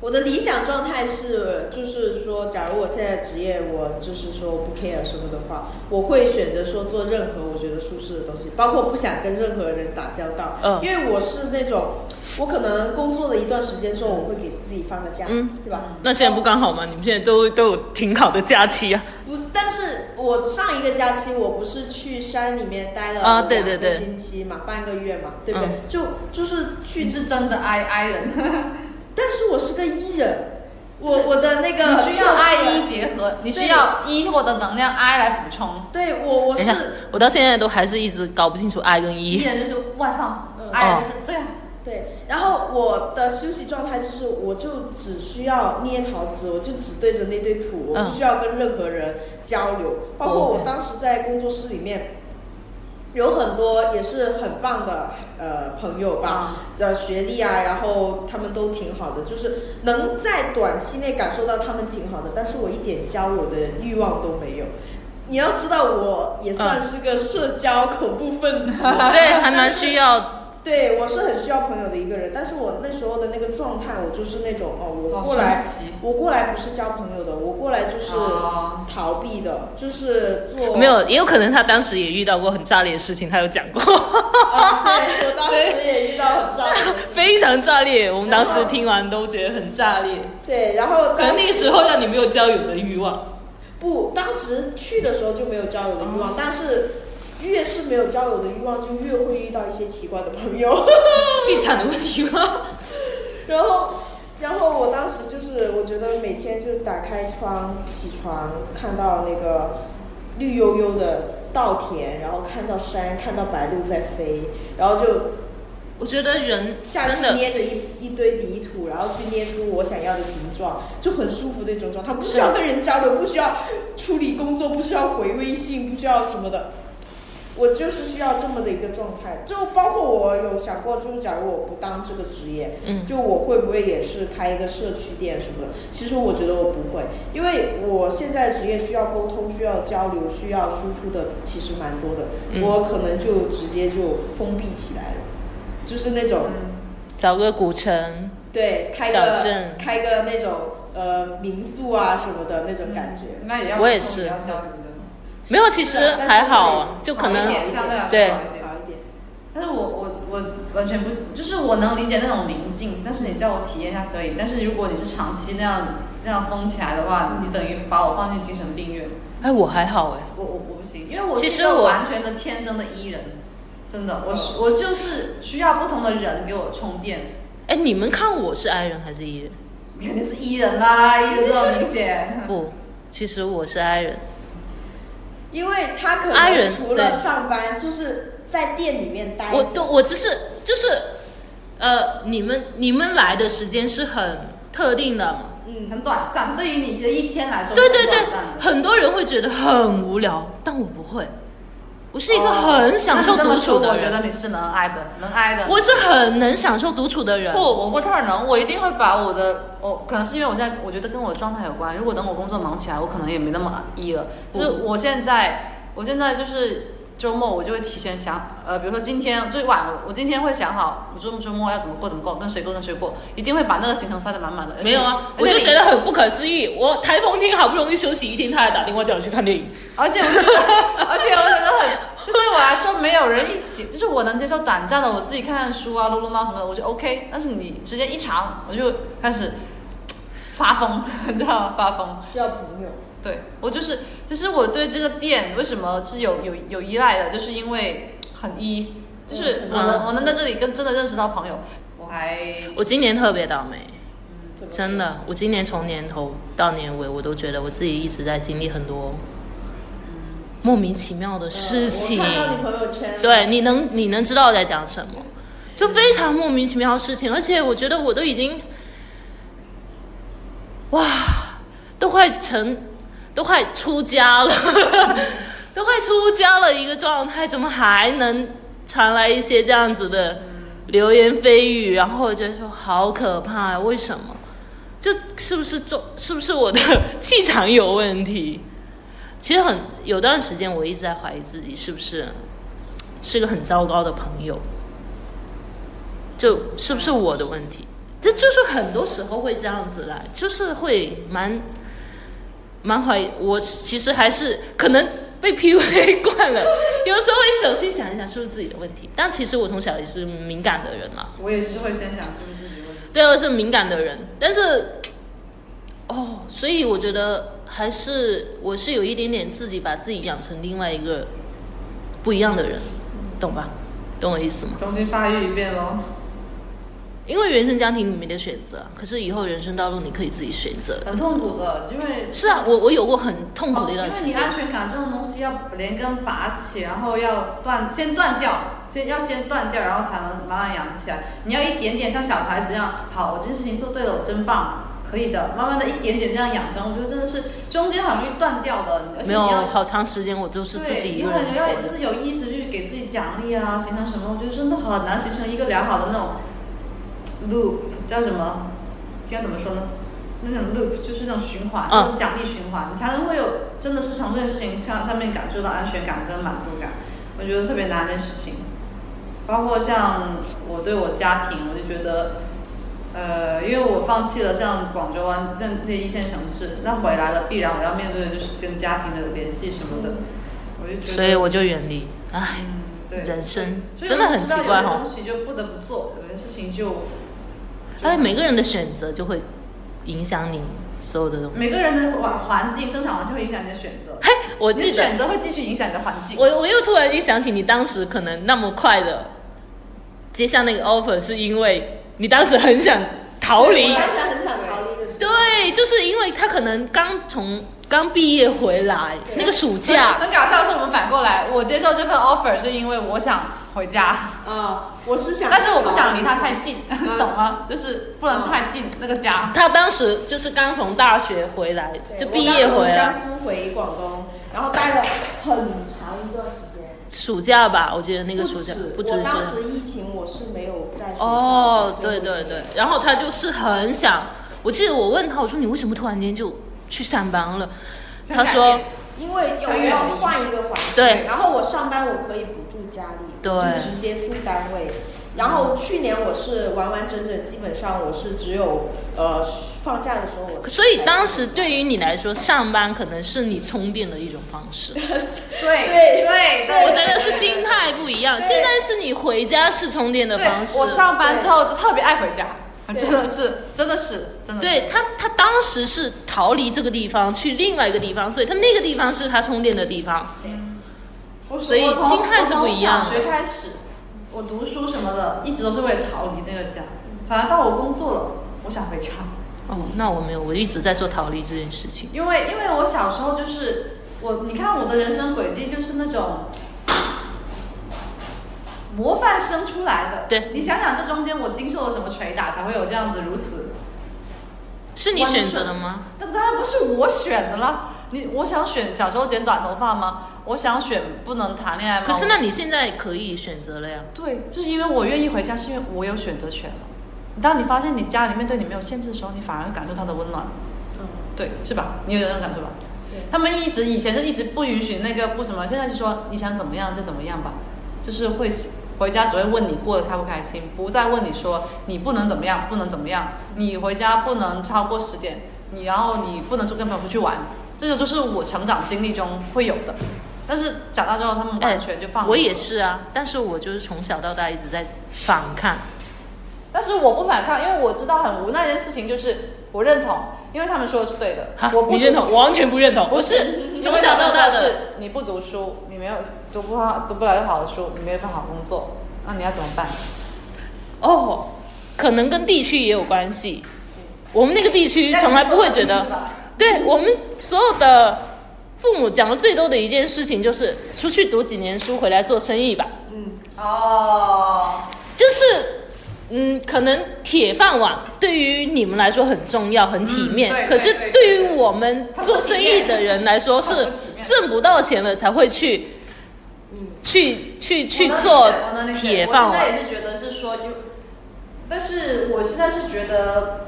S1: 我的理想状态是，就是说，假如我现在职业，我就是说不 care 什么的话，我会选择说做任何我觉得舒适的东西，包括不想跟任何人打交道。
S2: 嗯
S1: 因为我是那种，我可能工作了一段时间之后，我会给自己放个假，
S2: 嗯
S1: 对吧？
S2: 那现在不刚好吗？你们现在都都有挺好的假期啊。
S1: 不是，但是我上一个假期我不是去山里面待了
S2: 啊对
S1: 两
S2: 对
S1: 个
S2: 对
S1: 星期嘛，半个月嘛，对不对？
S2: 嗯
S1: 就就是去
S3: 你是真的爱爱人，
S1: 但是我是个 E 人，我我的那个
S3: 你需要
S1: 社
S3: 爱
S1: 群
S3: 一结合，你需
S1: 对
S3: 要一或者能量 I 来补充。
S1: 对我我
S2: 等一
S1: 是
S2: 下，我到现在都还是一直搞不清楚 I 跟
S3: 一
S2: E。
S3: 人就是外放
S1: 嗯，
S3: 爱
S2: 哦
S3: 人就是这样。
S1: 对，然后我的休息状态就是，我就只需要捏陶瓷，我就只对着那堆土，我
S2: 嗯
S1: 不需要跟任何人交流。
S2: 哦
S1: 包括我当时在工作室里面，有很多也是很棒的呃朋友吧，
S2: 嗯
S1: 呃学历啊，然后他们都挺好的，就是能在短期内感受到他们挺好的，但是我一点交流的欲望都没有。你要知道，我也算是个社交恐怖分子，
S2: 嗯对，还蛮需要。
S1: 对，我是很需要朋友的一个人，但是我那时候的那个状态，我就是那种哦，我
S3: 好
S1: 过来
S3: 神奇，
S1: 我过来不是交朋友的，我过来就是
S3: 哦
S1: 逃避的，就是做
S2: 哦没有，也有可能他当时也遇到过很炸裂的事情，他有讲过。
S1: 啊
S6: 对，我当时也遇到很糟的事。
S2: 非常炸裂。我们当时听完都觉得很炸裂，
S1: 对，然后
S2: 可能
S1: 当
S2: 那个时候让你没有交友的欲望。
S1: 不，当时去的时候就没有交友的欲
S3: 哦
S1: 望，但是越是没有交友的欲望，就越会遇到一些奇怪的朋友。
S2: 气场的问题吗？
S1: 然后，然后我当时就是，我觉得每天就打开窗起床，看到那个绿油油的稻田，然后看到山，看到白鹭在飞，然后就
S4: 我觉得人
S1: 下
S4: 真
S1: 去
S4: 的
S1: 捏着一一堆泥土，然后去捏出我想要的形状，就很舒服的一种状态。不需要跟人交流，不需要处理工作，不需要回微信，不需要什么的。我就是需要这么的一个状态，就包括我有想过，就是假如我不当这个职业，
S2: 嗯
S1: 就我会不会也是开一个社区店什么的？其实我觉得我不会，因为我现在职业需要沟通、需要交流、需要输出的其实蛮多的，
S2: 嗯
S1: 我可能就直接就封闭起来了，就是那
S3: 嗯
S1: 种。
S2: 找个古城，
S1: 对，开
S2: 小
S1: 个
S2: 镇
S1: 开个那种呃民宿啊什么的那种感觉。
S3: 那也要
S2: 我也是
S3: 比较交流的，
S2: 没有，嗯其实
S1: 是的但是
S2: 还好啊，
S1: 会
S2: 就可
S3: 好一
S2: 能
S3: 点相对来说
S2: 对
S3: 好一点
S1: 好一点，
S3: 但是我我我完全不，就是我能理解那种宁静，但是你叫我体验一下可以，但是如果你是长期那样这样封起来的话，你等于把我放进精神病院，
S2: 哎，我还好哎，
S3: 我我我不行，因为我
S2: 其
S3: 是
S2: 实
S3: 一个
S2: 我
S3: 完全的天生的 E 人，真的，我是我就是需要不同的人给我充电，
S2: 哎，你们看我是 I 人还是 E 人？
S3: 你肯定是 E 人啦，E 人这么明显，
S2: 不，其实我是 I 人。
S1: 因为他可
S2: I 人
S1: 能除了
S2: 对
S1: 上班，就是在店里面待着。
S2: 我都我只是就是，呃，你们你们来的时间是很特定的嘛？
S1: 嗯，
S3: 很短暂，对于你的一天来说，
S2: 对对对
S3: 很短暂，的
S2: 很多人会觉得很无聊，但我不会，我是一个
S3: 哦
S2: 很享受
S3: 那你这
S2: 独
S3: 么说
S2: 处的
S3: 我觉
S2: 人，
S3: 得你是能挨的，能挨的。
S2: 我是很能享受独处的人
S3: 不，。我不太能，我一定会把我的，我可能是因为我现在我觉得跟我状态有关。如果等我工作忙起来，我可能也没那么一了。就是我现在，我现在就是周末我就会提前想，呃，比如说今天最晚，我我今天会想好，我周周末要怎么过怎么过，跟谁过跟谁过，一定会把那个行程塞得满满的。而且
S2: 没有啊，
S3: 而
S2: 我
S3: 且
S2: 就
S3: 你
S2: 觉得很不可思议。我台风天好不容易休息一天，他还打电话叫我去看电影。
S3: 而且我觉得，而且我觉得很，就对我来说没有人一起，就是我能接受短暂的，我自己看看书啊、撸撸猫什么的，我就 OK。但是你时间一长，我就开始发疯，你知道吗？发疯。
S1: 需要朋友。嗯
S3: 对我就是，其实我对这个店为什么是有有有依赖的，就是因为很一，就是
S1: 嗯
S3: 我能、
S2: 嗯
S3: 我能在这里跟真的认识到朋友，我还
S2: 我今年特别倒霉，
S1: 怎么说
S2: 真的，我今年从年头到年尾，我都觉得我自己一直在经历很多莫名其妙的事情。
S1: 呃我看到你朋友圈，
S2: 对，你能你能知道我在讲什么，就非常莫名其妙的事情，而且我觉得我都已经，哇，都快成，都快出家了， 都快出家了一个状态，怎么还能传来一些这样子的流言蜚语？然后我觉得说好可怕呀、为什么？就是不是中，是不是我的气场有问题？其实很有段时间，我一直在怀疑自己是不是是个很糟糕的朋友，就是不是我的问题？这就是很多时候会这样子来，就是会蛮蛮怀疑。我其实还是可能被 PUA 惯了， 有时候会手心想一想是不是自己的问题，但其实我从小也是敏感的人嘛，
S3: 我也是会先想是不是自己问题。
S2: 对，啊我是敏感的人，但是，哦，所以我觉得还是我是有一点点自己把自己养成另外一个不一样的人，懂吧？懂我意思吗？
S3: 重新发育一遍喽。
S2: 因为原生家庭你没得选择，可是以后人生道路你可以自己选择。
S3: 很痛苦的，因为
S2: 是啊，我我有过很痛苦的一段
S3: 哦因
S2: 时
S3: 为你
S2: 间，
S3: 安全感这种东西要连根拔起，然后要断，先断掉，先要先断掉，然后才能慢慢养起来。你要一点点像小孩子一样，好，我这件事情做对了，我真棒，可以的，慢慢的一点点这样养成，我觉得真的是中间很容易断掉的，而
S2: 没
S3: 且你
S2: 有
S3: 要。
S2: 好长时间我都是自
S3: 对，
S2: 己一
S3: 因
S2: 个
S3: 为
S2: 人
S3: 你
S2: 活
S3: 要
S2: 的。
S3: 自己有意识去给自己奖励啊，形成什么，我觉得真的很难形成一个良好的那种 loop，叫什么？应该怎么说呢？那种 loop 就是那种循环，那种
S2: 嗯
S3: 奖励循环，你才能会有真的是从这件事情上上面感受到安全感跟满足感。我觉得特别难的事情，包括像我对我家庭，我就觉得呃，因为我放弃了像广州啊那那一线城市，那回来了必然我要面对的就是跟家庭的联系什么的，我就觉得，
S2: 所以我就远离。唉，
S3: 嗯对
S4: 人生
S3: 所以
S4: 真的很奇
S2: 哦
S4: 怪
S3: 哈
S4: 哈、。
S3: 有些东西就不得不做，有些事情就，就
S2: 哎，每个人的选择就会影响你所有的东西。
S3: 每个人的环环境、生长环境会影响你的选择，
S2: 嘿，哎我
S3: 你
S2: 记
S3: 选
S2: 得，
S3: 择会继续影响你的环境。
S2: 我我又突然一想起你当时可能那么快的接下那个 offer，是因为你当时很想逃离
S1: 我。当时很想逃离的时候，
S2: 对，就是因为他可能刚从刚毕业回来，那个暑假，
S3: 很搞笑的是，我们反过来，我接受这份 offer 是因为我想回家，
S1: 啊，我是想，
S3: 但是我不想离他太近，
S1: 嗯
S3: 懂吗？就是不能太近那个家。
S2: 他当时就是刚从大学回来，
S1: 对
S2: 就毕业
S1: 我
S2: 回
S1: 刚从江
S2: 来，
S1: 苏回广东，然后待了很长一段时间。
S2: 暑假吧，我觉得那个暑假
S1: 不
S2: 不只
S1: 止，
S2: 是
S1: 我当时疫情我是没有在学校
S2: 哦，
S1: 的
S2: 对对对，，然后他就是很想，我记得我问他，我说你为什么突然间就去上班了？
S3: 想
S2: 他说
S3: 改变
S1: 因为我要换一个环境，
S2: 对
S1: 然后我上班我可以不住家里，
S2: 对嗯
S1: 就直接住单位。然后去年我是完完整整，基本上我是只有呃放假的时候我是
S2: 所以当时对于你来说，上班可能是你充电的一种方 式，
S3: 对
S1: 对
S3: 对
S1: 对
S2: 我觉得是心态不一样。
S1: 对
S2: 现在是你回家是充电的
S3: 对
S2: 方式，
S3: 我上班之后就特别爱回家，
S1: 对
S3: 真的是，真的是，真的是。
S2: 对他，他当时是逃离这个地方去另外一个地方，所以他那个地方是他充电的地方。
S3: 嗯我
S2: 所以
S3: 我从
S2: 心态是不一样的
S3: 我从小学开始，我读书什么的，一直都是为了逃离那个家。反而到我工作了，我想回家，
S2: 哦，那我没有，我一直在做逃离这件事情。
S3: 因为因为我小时候就是我，你看我的人生轨迹就是那种模范生出来的。
S2: 对
S3: 你想想这中间我经受了什么捶打，才会有这样子如此
S2: 是你选择的吗？
S3: 那当然不是我选的啦。你我想选小时候剪短头发吗？我想选不能谈恋爱吗？
S2: 可是那你现在可以选择了呀。
S3: 对，就是因为我愿意回家，是因为我有选择权了。当你发现你家里面对你没有限制的时候，你反而会感受它的温暖，
S1: 嗯
S3: 对，是吧？你有这种感受吧
S1: 对？
S3: 他们一直以前是一直不允许那个不什么，现在就说你想怎么样就怎么样吧，就是会回家只会问你过得开不开心，不再问你说你不能怎么样，不能怎么样，你回家不能超过十点，你然后你不能就跟朋友出去玩，这种就是我成长经历中会有的。但是长大之后，他们完全就放、
S2: 我也。是啊，但是我就是从小到大一直在反抗。
S3: 但是我不反抗，因为我知道很无奈的事情就是我认同，因为他们说的是对的
S2: 哈。
S3: 我不
S2: 你认同？我完全不认同。不
S3: 读
S2: 是从小到大
S3: 是
S2: 的，
S3: 你不读书，你没有读不好，读不了好的书，你没有份好工作，那你要怎么办？
S2: 哦，可能跟地区也有关系。我们那个地区从来不会觉得
S3: 是，吧
S2: 对我们所有的父母讲的最多的一件事情就是出去读几年书，回来做生意吧。
S1: 嗯，
S3: 哦，
S2: 就是，嗯，可能铁饭碗对于你们来说很重要、很体面，
S3: 嗯对
S2: 可是
S3: 对对
S2: 对于我们做生意的人来说
S3: 很不
S2: 是
S3: 体面
S2: 挣不到钱了才会去，去去去
S3: 我能理解
S2: 做
S3: 我能理解
S2: 铁饭
S3: 我现
S2: 碗。
S3: 在也是觉得是说，有，但是我现在是觉得，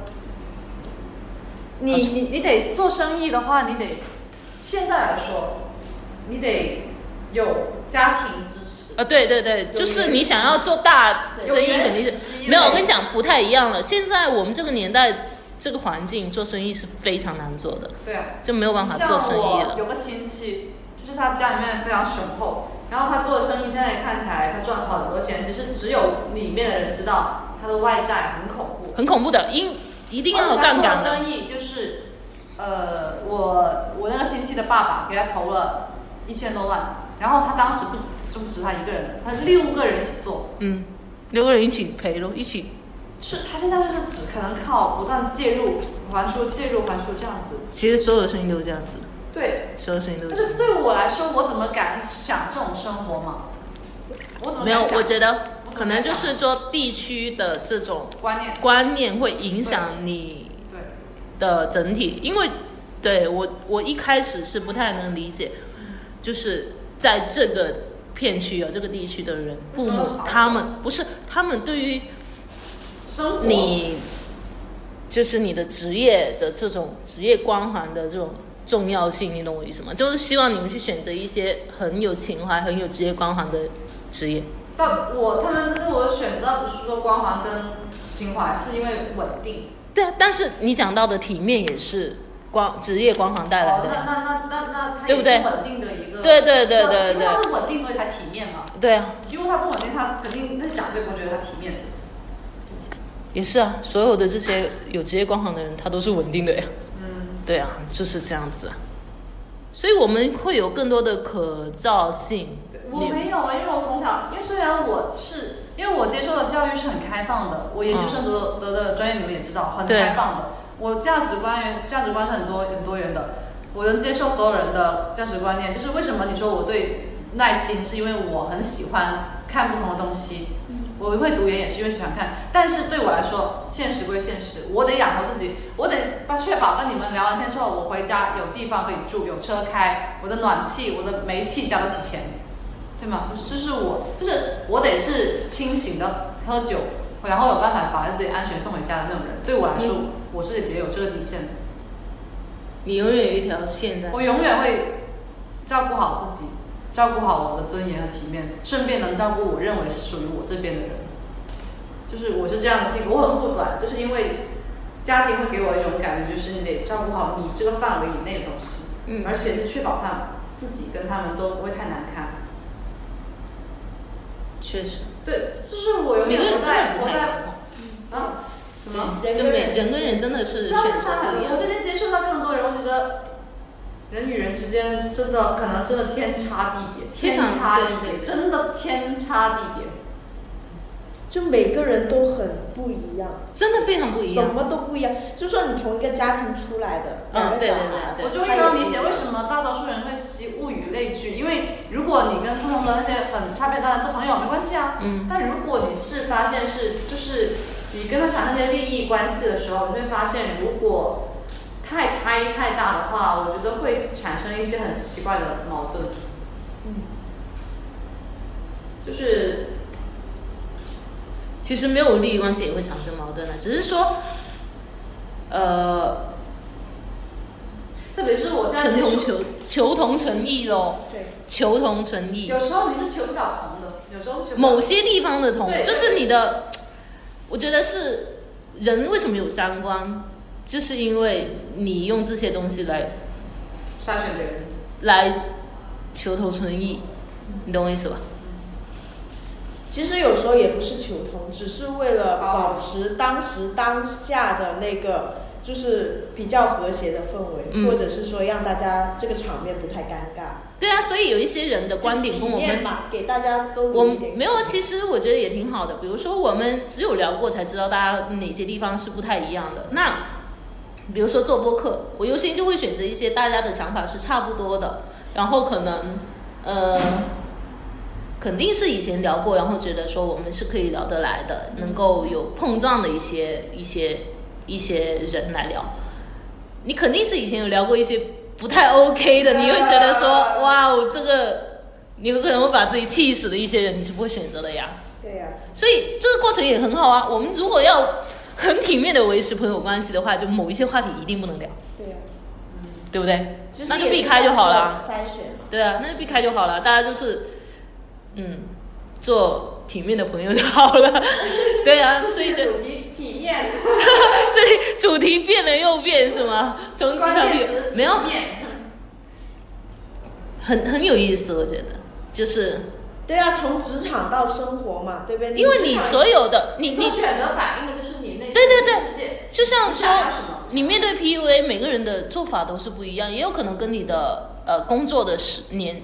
S3: 你
S2: 好像
S3: 你你得做生意的话，你得现在来说，你得有家庭支持。
S2: 啊，对对对，就是你想要做大
S3: 对
S2: 生意，
S3: 有
S2: 肯
S3: 原
S2: 定是
S3: 始积累
S2: 没有。我跟你讲，不太一样了。现在我们这个年代，这个环境做生意是非常难做的，
S3: 对啊，
S2: 就没有办法
S3: 像
S2: 做
S3: 我
S2: 生意了。
S3: 有个亲戚，就是他家里面非常雄厚，然后他做的生意现在看起来他赚了好多钱，就是只有里面的人知道他的外债很恐怖。
S2: 很恐怖的，因一定要有杠
S3: 他
S2: 杆
S3: 做的
S2: 的。
S3: 生意就是，呃，我我那个亲戚的爸爸给他投了一千多万，然后他当时不这不止他一个人，他六个人一起做，
S2: 嗯，六个人一起赔咯，一起
S3: 是他现在就是只可能靠不断介入还书、介入还书这样子。
S2: 其实所有的生意都是这样子，
S3: 对，
S2: 所有生意都是
S3: 但
S2: 这样
S3: 是对我来说，我怎么敢想这种生活嘛？我怎么
S2: 没有
S3: 敢，想
S2: 我觉得可能就是说地区的这种
S3: 观念
S2: 观念会影响你
S3: 对，
S2: 的整体，因为对我我一开始是不太能理解，就是在这个片区啊这个地区的人，父母他们不是他们对于
S3: 生活
S2: 你就是你的职业的这种职业光环的这种重要性，你懂我意思吗？就是希望你们去选择一些很有情怀、很有职业光环的职业。
S3: 但我他们但是我选择不是说光环跟情怀，是因为稳定。
S2: 对啊，但是你讲到的体面也是
S7: 光职业光环带来
S3: 哦
S7: 的。
S3: 那那那那那它
S7: 对不对
S3: 也是稳定的一个，
S7: 对对对对
S3: 因为它是稳定，所以才体面嘛。
S7: 对啊，
S3: 如果它不稳定，它肯定那长辈不会觉得它体面。
S7: 也是啊，所有的这些有职业光环的人，他都是稳定的呀。
S3: 嗯，
S7: 对啊，就是这样子啊。所以我们会有更多的可造性。
S3: 我没有啊，因为我从小，因为虽然我是，因为我接受的教育是很开放的，我研究生读的读的专业你们也知道，很
S7: 对
S3: 开放的。我价值观价值观是很多很多元的，我能接受所有人的价值观念。就是为什么你说我对耐心，是因为我很喜欢看不同的东西。我会读研也是因为喜欢看，但是对我来说，现实归现实，我得养活自己，我得把确保跟你们聊完天之后，我回家有地方可以住，有车开，我的暖气、我的煤气交得起钱。对吗？就是就是我，就是我得是清醒的喝酒，然后有办法把自己安全送回家的那种人。对我来说，我是也有这个底线的。
S2: 你永远有一条线在。
S3: 我永远会照顾好自己，照顾好我的尊严和体面，顺便能照顾我认为是属于我这边的人。就是我是这样的性格，我很护短，就是因为家庭会给我一种感觉，就是你得照顾好你这个范围以内的东西，
S2: 嗯
S3: 而且是确保他自己跟他们都不会太难堪。
S2: 确实，
S3: 对，就是我有
S2: 每
S3: 点
S2: 个人
S3: 活
S2: 真的
S3: 在
S2: 不
S3: 活
S2: 太
S3: 在
S2: 一样。
S3: 啊什么？
S1: 人
S2: 就
S1: 跟
S2: 每人跟人真的是
S3: 知
S2: 选
S3: 道
S2: 择
S3: 为啥
S2: 不一
S3: 我最
S2: 样。
S3: 近接触到更多人，我觉得人与人之间真的可能真的天差地别，
S2: 非
S3: 天
S2: 常
S3: 差地
S2: 对对
S3: 别，真的天差地别。
S1: 就每个人都很不一样，
S2: 真的非常不一
S1: 什
S2: 样。
S1: 么都不一样。就说你同一个家庭出来的两
S2: 嗯，
S1: 个
S2: 对
S1: 小
S2: 对
S1: 孩，
S2: 对
S3: 我
S2: 对，
S3: 就非常理解为什么大多数人会习物以类聚，因为如果你跟不同的那些很差别大的做朋友没关系啊，
S7: 嗯
S3: 但如果你是发现是就是你跟他产生一些利益关系的时候，你会发现如果太差异太大的话，我觉得会产生一些很奇怪的矛盾。嗯，就是
S2: 其实没有利益关系也会产生矛盾的，只是说，呃，
S3: 特别是我现在
S2: 纯
S3: 接
S2: 同
S3: 触，
S2: 求求同存异咯，
S1: 对
S2: 求同存异
S3: 有。时候你是求不了同的，有时候求不了
S2: 某些地方的同
S3: 对，对
S2: 就是你的，我觉得是人为什么有三观，就是因为你用这些东西来
S3: 筛选别人。
S2: 来求同存异，你懂我意思吧？
S1: 其实有时候也不是求同，只是为了
S2: 哦
S1: 保持当时当下的那个就是比较和谐的氛围，
S2: 嗯
S1: 或者是说让大家这个场面不太尴尬。
S2: 对啊，所以有一些人的观点
S1: 就
S2: 跟我
S1: 体面
S2: 们
S1: 吧，给大家都
S2: 我
S1: 有一
S2: 们
S1: 点
S2: 没有，啊，其实我觉得也挺好的。比如说，我们只有聊过才知道大家哪些地方是不太一样的。那比如说做播客，我优先就会选择一些大家的想法是差不多的，然后可能呃，肯定是以前聊过，然后觉得说我们是可以聊得来的，能够有碰撞的一些一些一些人来聊。你肯定是以前有聊过一些不太 OK 的，你会觉得说哇哦，这个你有可能会把自己气死的一些人，你是不会选择的呀。
S1: 对呀、
S2: 所以这个过程也很好啊。我们如果要很体面的维持朋友关系的话，就某一些话题一定不能聊，
S1: 对呀、
S2: 对不对
S1: 其？实
S2: 那就
S1: 也是
S2: 避开就好了。
S1: 筛选嘛，
S2: 对啊，那就避开就好了。大家就是嗯，做体面的朋友就好了。对啊，所以就
S3: 主题体验，
S2: 这主题变了又变是吗？从职场
S3: 关键
S2: 变
S3: 词
S2: 没有
S3: 体验。
S2: 很很有意思，我觉得就是
S1: 对呀、从职场到生活嘛，对不对？
S2: 因为你
S1: 职场
S2: 所有的你
S3: 所
S2: 你
S3: 选择反映的就是你内心
S2: 对对
S3: 的
S2: 对
S3: 世界，
S2: 就像
S3: 你
S2: 说
S3: 想要什么，
S2: 你面对 PUA，每个人的做法都是不一样，也有可能跟你的呃工作的时年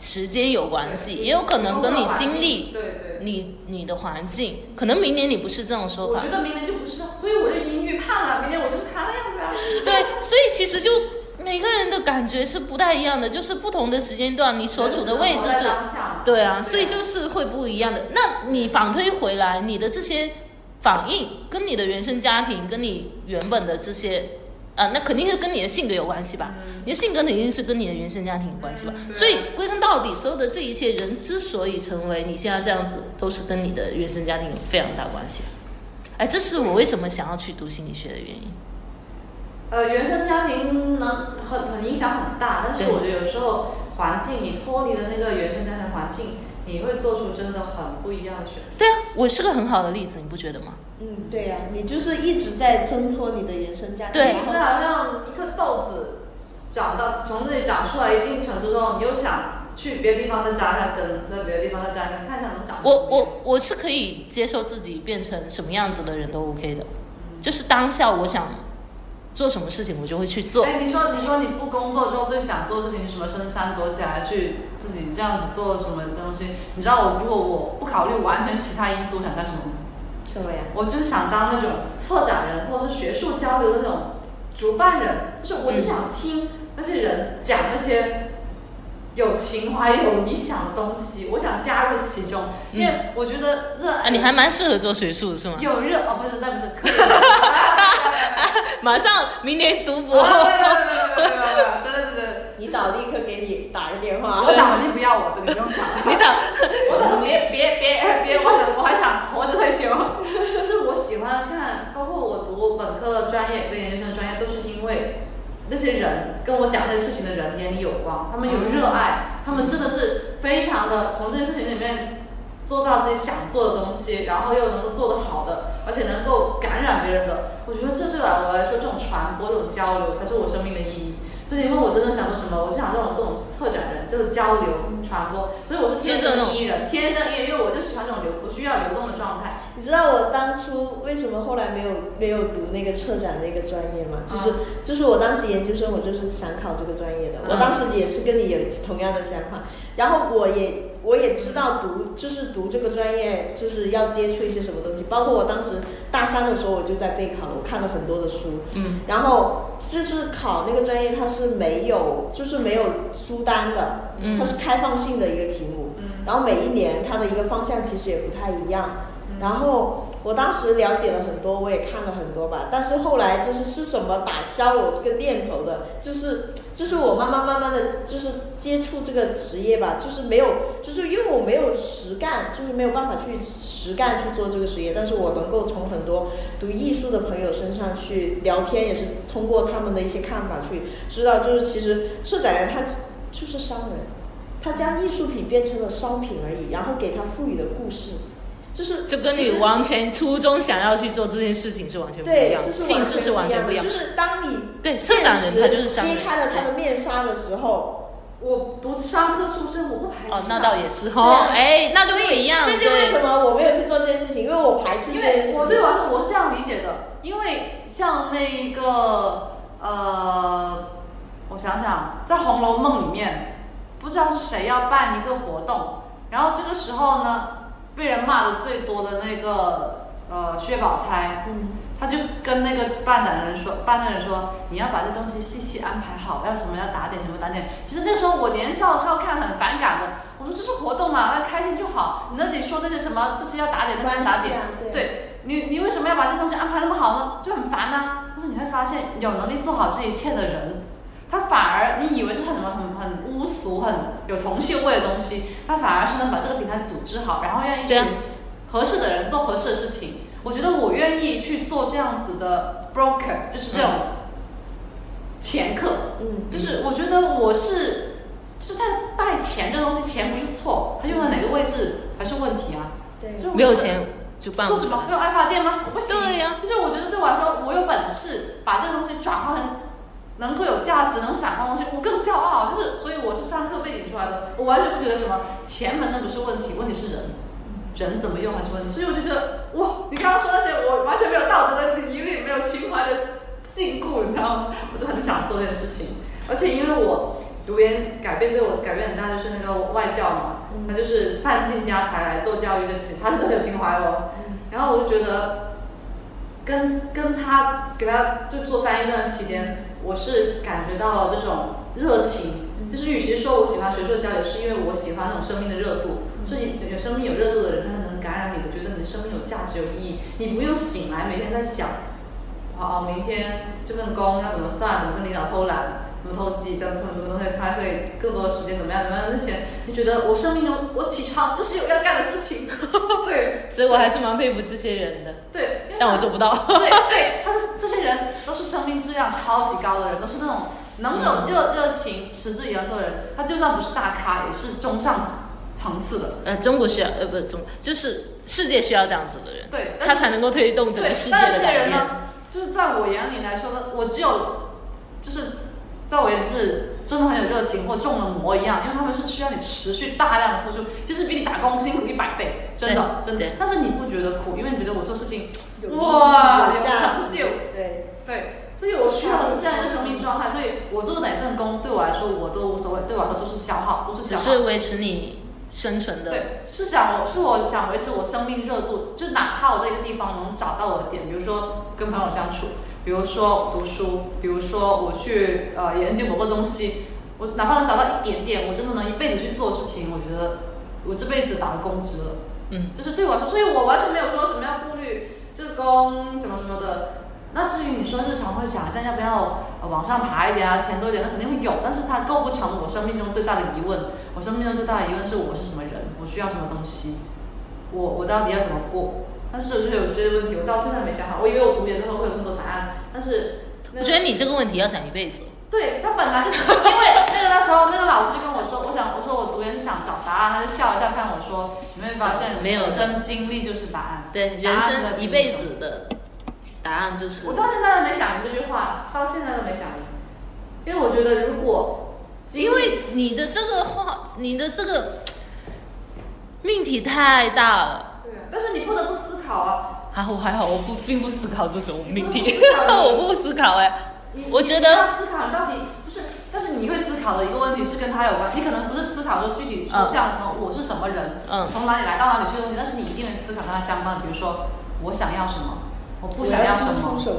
S2: 时间有关系，也有可能跟你经历、
S3: 对对对。
S2: 你你的环境，可能明年你不是这种说
S3: 我
S2: 法
S3: 觉，得明年就不是，啊所以我就已预判了，明年我就是他那样子啊。
S2: 对，所以其实就每个人的感觉是不太一样的，就是不同的时间段你所处的位置
S3: 人只
S2: 是
S3: 能活在当下嘛
S2: 对啊，所以就是会不一样的。那你反推回来，你的这些反应跟你的原生家庭，跟你原本的这些，啊、那肯定是跟你的性格有关系吧？你的性格肯定是跟你的原生家庭有关系吧？
S3: 嗯嗯对啊
S2: 所以归根到底，所有的这一切人之所以成为你现在这样子，都是跟你的原生家庭有非常大关系。哎，这是我为什么想要去读心理学的原因。
S3: 呃，原生家庭能很很影响很大，但是
S2: 对
S3: 我觉得有时候环境，你脱离了那个原生家庭环境，你会做出真的很不一样的选择。
S4: 对啊，我是个很好的例子，你不觉得吗？
S1: 嗯，对呀、你就是一直在挣脱你的原生家庭，
S4: 对
S1: 然
S3: 你
S1: 后
S3: 是好像一颗豆子长到从这里长出来一定程度之后，你又想去别的地方再扎一下根，在别的地方再扎一下根，看一下能长。
S4: 我我我是可以接受自己变成什么样子的人都 OK 的，
S3: 嗯
S4: 就是当下我想做什么事情，我就会去做。啊
S3: 哎，你说你说你不工作之后最想做的事情是什么？深山躲起来去自己这样子做什么东西？你知道我如果我不考虑完全其他因素，我想干什么吗？
S1: 什么呀？
S3: 我就是想当那种策展人或者是学术交流的那种主办人，就是我就想听那些人讲那些有情怀、有理想的东西，我想加入其中，因为我觉得热爱、
S4: 啊，你还蛮适合做学术是吗？
S3: 有热哦，不是，那不是可以。啊
S4: 马上明年读
S3: 没有
S4: 博，
S3: 没有没有没有没有没有，真的真的，
S1: 你倒立可给你打个电话
S3: 我，打你不要我的，你不用想。
S4: 你打
S3: 我等别别别别，我想我还想活着退休。就是我喜欢看，包括我读本科的专业跟研究生的专业，都是因为那些人跟我讲这些事情的人眼里有光，他们有热爱，他们真的是非常的从这件事情里面做到自己想做的东西，然后又能够做得好的，而且能够感染别人的。我觉得这对我来说，这种传播、这种交流，才是我生命的意义。所以你问我真的想做什么，我就想这种这种策展人，就是交流、传播。所以我是
S4: 就
S3: 天
S4: 是那
S3: 生
S4: 种
S3: 艺人，天生艺人，因为我就喜欢这种流，我需要流动的状态。
S1: 你知道我当初为什么后来没有没有读那个策展那个专业吗？就是、
S3: 啊
S1: 就是我当时研究生，我就是想考这个专业的。我
S3: 嗯
S1: 当时也是跟你有同样的想法，然后我也我也知道读就是读这个专业就是要接触一些什么东西，包括我当时大三的时候我就在备考了，我看了很多的书，
S4: 嗯，
S1: 然后就是考那个专业它是没有就是没有书单的，
S4: 嗯
S1: 它是开放性的一个题目，
S3: 嗯
S1: 然后每一年它的一个方向其实也不太一样
S3: 嗯。
S1: 然后我当时了解了很多，我也看了很多吧，但是后来就是是什么打消我这个念头的，就是就是我慢慢慢慢的就是接触这个职业吧，就是没有，就是因为我没有实干，就是没有办法去实干去做这个职业，但是我能够从很多读艺术的朋友身上去聊天，也是通过他们的一些看法去知道，就是其实策展人他就是商人。他将艺术品变成了商品而已，然后给它赋予了故事，就是
S4: 就跟
S1: 其
S4: 你
S1: 实
S4: 完全初衷想要去做这件事情是完全不一
S1: 对
S4: 样，，
S1: 就是
S4: 性质是完全不一
S1: 一
S4: 样
S1: 的。就是当你
S4: 对
S1: 现
S4: 策展人
S1: 实
S4: 他就是商人
S1: 揭开了他的面纱的时候，
S3: 我读商科出身，我不排斥啊、
S4: 哦，那倒也是
S1: 对
S4: 哦
S1: 啊，
S4: 哎，那就不一样。
S1: 这就
S4: 对，
S1: 为什么我没有去做这件事情，因为我排斥这
S3: 因
S1: 件
S3: 为
S1: 事情。
S3: 我对我来说，我是这样理解的，因为像那一个呃，我想想，在《红楼梦》里面，不知道是谁要办一个活动，然后这个时候呢，被人骂的最多的那个呃薛宝钗，
S1: 嗯
S3: 他就跟那个办展人说，办的人说，你要把这东西细细安排好，要什么要打点什么打点。其实那时候我年少的时候看很反感的，我说这是活动嘛，那开心就好。你那里说这些什么，这些要打点，那些要打
S1: 关
S3: 点，
S1: 系啊对
S3: 你你为什么要把这东西安排那么好呢？就很烦呐、但是你会发现，有能力做好这一切的人，他反而你以为是很什么很很污俗、很有同性味的东西，他反而是能把这个平台组织好，然后让一
S4: 对啊
S3: 群合适的人做合适的事情。我觉得我愿意去做这样子的 broker，就是这种掮客。
S1: 嗯
S3: 就是我觉得我是是在带钱这个东西，钱不是错，它用在哪个位置还是问题啊。
S1: 对
S3: 就是我
S4: 没有钱就办不
S3: 做什
S4: 出
S3: 么？
S4: 来。
S3: 没有爱发电吗？我不行。
S4: 对呀
S3: 就是我觉得对我来说，我有本事把这个东西转化成能够有价值、能闪光的东西，我更骄傲。就是，所以我是上课背景出来的，我完全不觉得什么钱本身不是问题，问题是人，人怎么用还是问题。所以我就觉得，哇，你刚刚说那些，我完全没有道德的疑虑，没有情怀的禁锢，你知道吗？我就很想做这件事情，而且因为我读研改变对我改变很大，就是那个外教嘛，
S1: 嗯
S3: 他就是散尽家财来做教育的事情，他是真的有情怀哦。
S1: 嗯
S3: 然后我就觉得跟跟他给他就做翻译这段期间，我是感觉到了这种热情。
S1: 嗯
S3: 就是与其说我喜欢学术交流，是因为我喜欢那种生命的热度。
S1: 嗯
S3: 所以有生命有热度的人，他能感染你，我觉得你的生命有价值、有意义。你不用醒来每天在想，哦，明天这份工要怎么算？怎么跟领导偷懒？怎么偷鸡？怎么怎么怎么会开会？更多的时间怎么样？怎么样？那些你觉得我生命中我起床就是有要干的事情，对
S4: 所以我还是蛮佩服这些人的，
S3: 对，啊因为
S4: 但我做不到。
S3: 对对，他是这些人都是生命质量超级高的人，都是那种能有热热情、持之以恒的人。他就算不是大咖，也是中上层次的。
S2: 呃，中国需要呃不中就是世界需要这样子的人，
S3: 对，但
S2: 他
S3: 是
S2: 才能够推动整
S3: 对
S2: 个世，界
S3: 但是
S2: 的
S3: 这些
S2: 改
S3: 人
S2: 变
S3: 呢。，就是在我眼里来说呢，我只有就是在我眼里是真的很有热情或中了魔一样，因为他们是需要你持续大量的付出，其实比你打工辛苦一百倍，真的
S2: 对
S3: 真的
S2: 对。
S3: 但是你不觉得苦，因为你觉得我做事情
S1: 有意义
S3: 哇，
S1: 有
S3: 有
S1: 价
S3: 成
S1: 值
S3: 就，
S1: 对，
S3: 对，所以我需要的是这样一个生命状态，所以我做哪份工对我来说我都无所谓，对我来说都是消耗，都是
S2: 只
S3: 消
S2: 是
S3: 耗。
S2: 维持你生存的。
S3: 对，是想我是我想维持我生命热度，就哪怕我在一个地方能找到我的点，比如说跟朋友相处，比如说读书，比如说我去呃研究某个东西，我哪怕能找到一点点，我真的能一辈子去做事情，我觉得我这辈子打了公职了。
S2: 嗯，
S3: 就是对我来说，所以我完全没有说什么要顾虑这个工什么什么的。那至于你说日常会想象要不要呃往上爬一点啊，钱多一点，那肯定会有，但是它构不成我生命中最大的疑问。我生命中最大的疑问是我是什么人，我需要什么东西，我我到底要怎么过？但是我就有这些问题，我到现在没想好。我以为我读研之后会有更多答案，但是那
S2: 我觉得你这个问题要想一辈子。
S3: 对他本来就是因为那个那时候那个老师就跟我说，我想我说我读研是想找答案，他就笑一下看我说，你会发现
S2: 没有
S3: 人生经历就是答案，
S2: 对，
S3: 答
S2: 人
S3: 案在
S2: 生
S3: 经
S2: 一
S3: 历
S2: 辈子的答案就是
S3: 我到现在都没想明这句话，到现在都没想明，因为我觉得如果经历
S2: 因为你的这个话，你的这个命题太大了。
S3: 对啊，但是你不得不思考啊，
S2: 啊，我还好，我不并不思考这种命
S3: 不
S2: 题，
S3: 思考
S2: 我不思考哎、
S3: 你
S2: 我
S3: 你
S2: 觉
S3: 你
S2: 得
S3: 要思考你到底不是，但是你会思考的一个问题是跟他有关，你可能不是思考说具体说
S2: 嗯
S3: 像什么我是什么人，
S2: 嗯
S3: 从哪里来到哪里去的问题，但是你一定会思考跟他相关的，比如说我想要什么，我不
S1: 我
S3: 想
S1: 要
S3: 要
S1: 输出什么？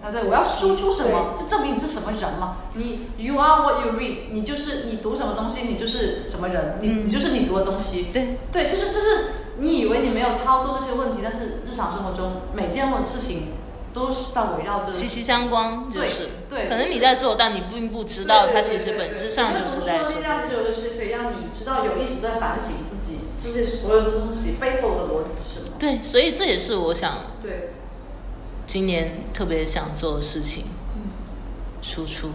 S3: 啊，对，我要输出什么，就证明你是什么人嘛。你 you are what you read，你就是你读什么东西，你就是什么
S1: 嗯
S3: 人，你、你就是你读的东西。
S2: 对
S3: 对，就是就是，你以为你没有操作这些问题，但是日常生活中每件问事情都是在围绕着。
S2: 息息相关就是，
S3: 对对
S2: 可能你在做，但你并不知道它其实本质上就是在
S3: 说
S2: 说这
S3: 力
S2: 个。
S3: 量是有的是可以让你知道有意识地在反省自己这些所有的东西背后的逻辑是什么。
S2: 对，所以这也是我想
S3: 对，
S2: 今年特别想做的事情，
S3: 嗯
S2: 输出。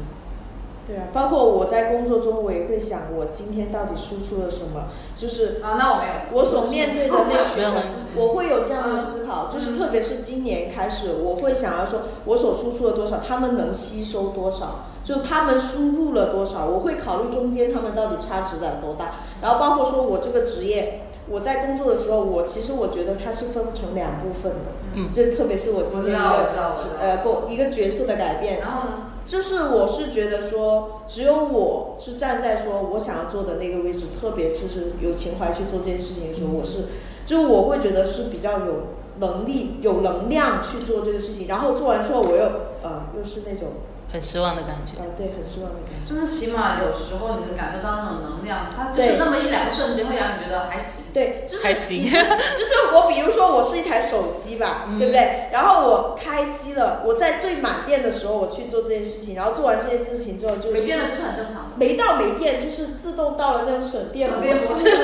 S1: 对啊，包括我在工作中，我也会想，我今天到底输出了什么？就是
S3: 啊，那我没有，
S1: 我所面对的那群人，我会有这样的思考，
S3: 嗯
S1: 就是特别是今年开始，我会想要说，我所输出了多少，他们能吸收多少，就他们输入了多少，我会考虑中间他们到底差值有多大，然后包括说我这个职业。我在工作的时候，我其实我觉得它是分成两部分的，
S2: 嗯
S1: 就特别是我今天一
S3: 我知道我知道
S1: 个
S3: 我知道
S1: 呃，工一个角色的改变，
S3: 然后呢？
S1: 就是我是觉得说，只有我是站在说我想要做的那个位置，特别就是有情怀去做这件事情的时
S3: 嗯
S1: 候，我是，就我会觉得是比较有能力、有能量去做这个事情，然后做完之后我又呃又是那种
S2: 很失望的感觉。
S1: 呃对很失望的感觉。
S3: 就是起码有时候你能感受到那种能量，它就是那么一两个瞬间会让你觉得还行。
S1: 对，就是
S2: 还 行
S1: 你就就是我，比如说我是一台手机吧，
S3: 嗯
S1: 对不对？然后我开机了，我在最满电的时候我去做这件事情，然后做完这件事情之后就是
S3: 没变得就是很正常的。
S1: 没到没电，就是自动到了那种省电
S3: 省
S1: 模
S3: 电
S1: 式
S3: 模。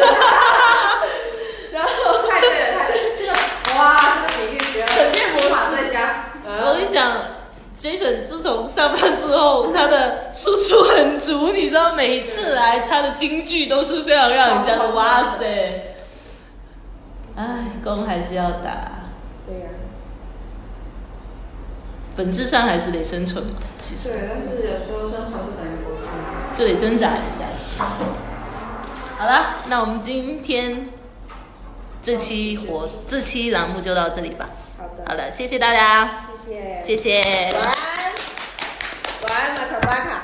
S1: 然后
S3: 太对了，太对了，这个哇，这个比喻学了，
S2: 省电模式
S3: 今晚在家。
S6: 呃
S2: 我跟你讲，Jason 自从上班之后，他的输出很足，你知道，每一次来他的金句都是非常让人家的哇塞。唉，工还是要打，
S1: 对呀、
S2: 本质上还是得生存嘛。其实
S3: 对，但是有时候生存不等于活着。
S2: 就得挣扎一下。好了，那我们今天这期活这期栏目就到这里吧。
S1: 好的，
S2: 好了，谢谢大家，
S1: 谢谢，
S2: 谢谢。
S1: 晚安，晚安，马卡巴卡。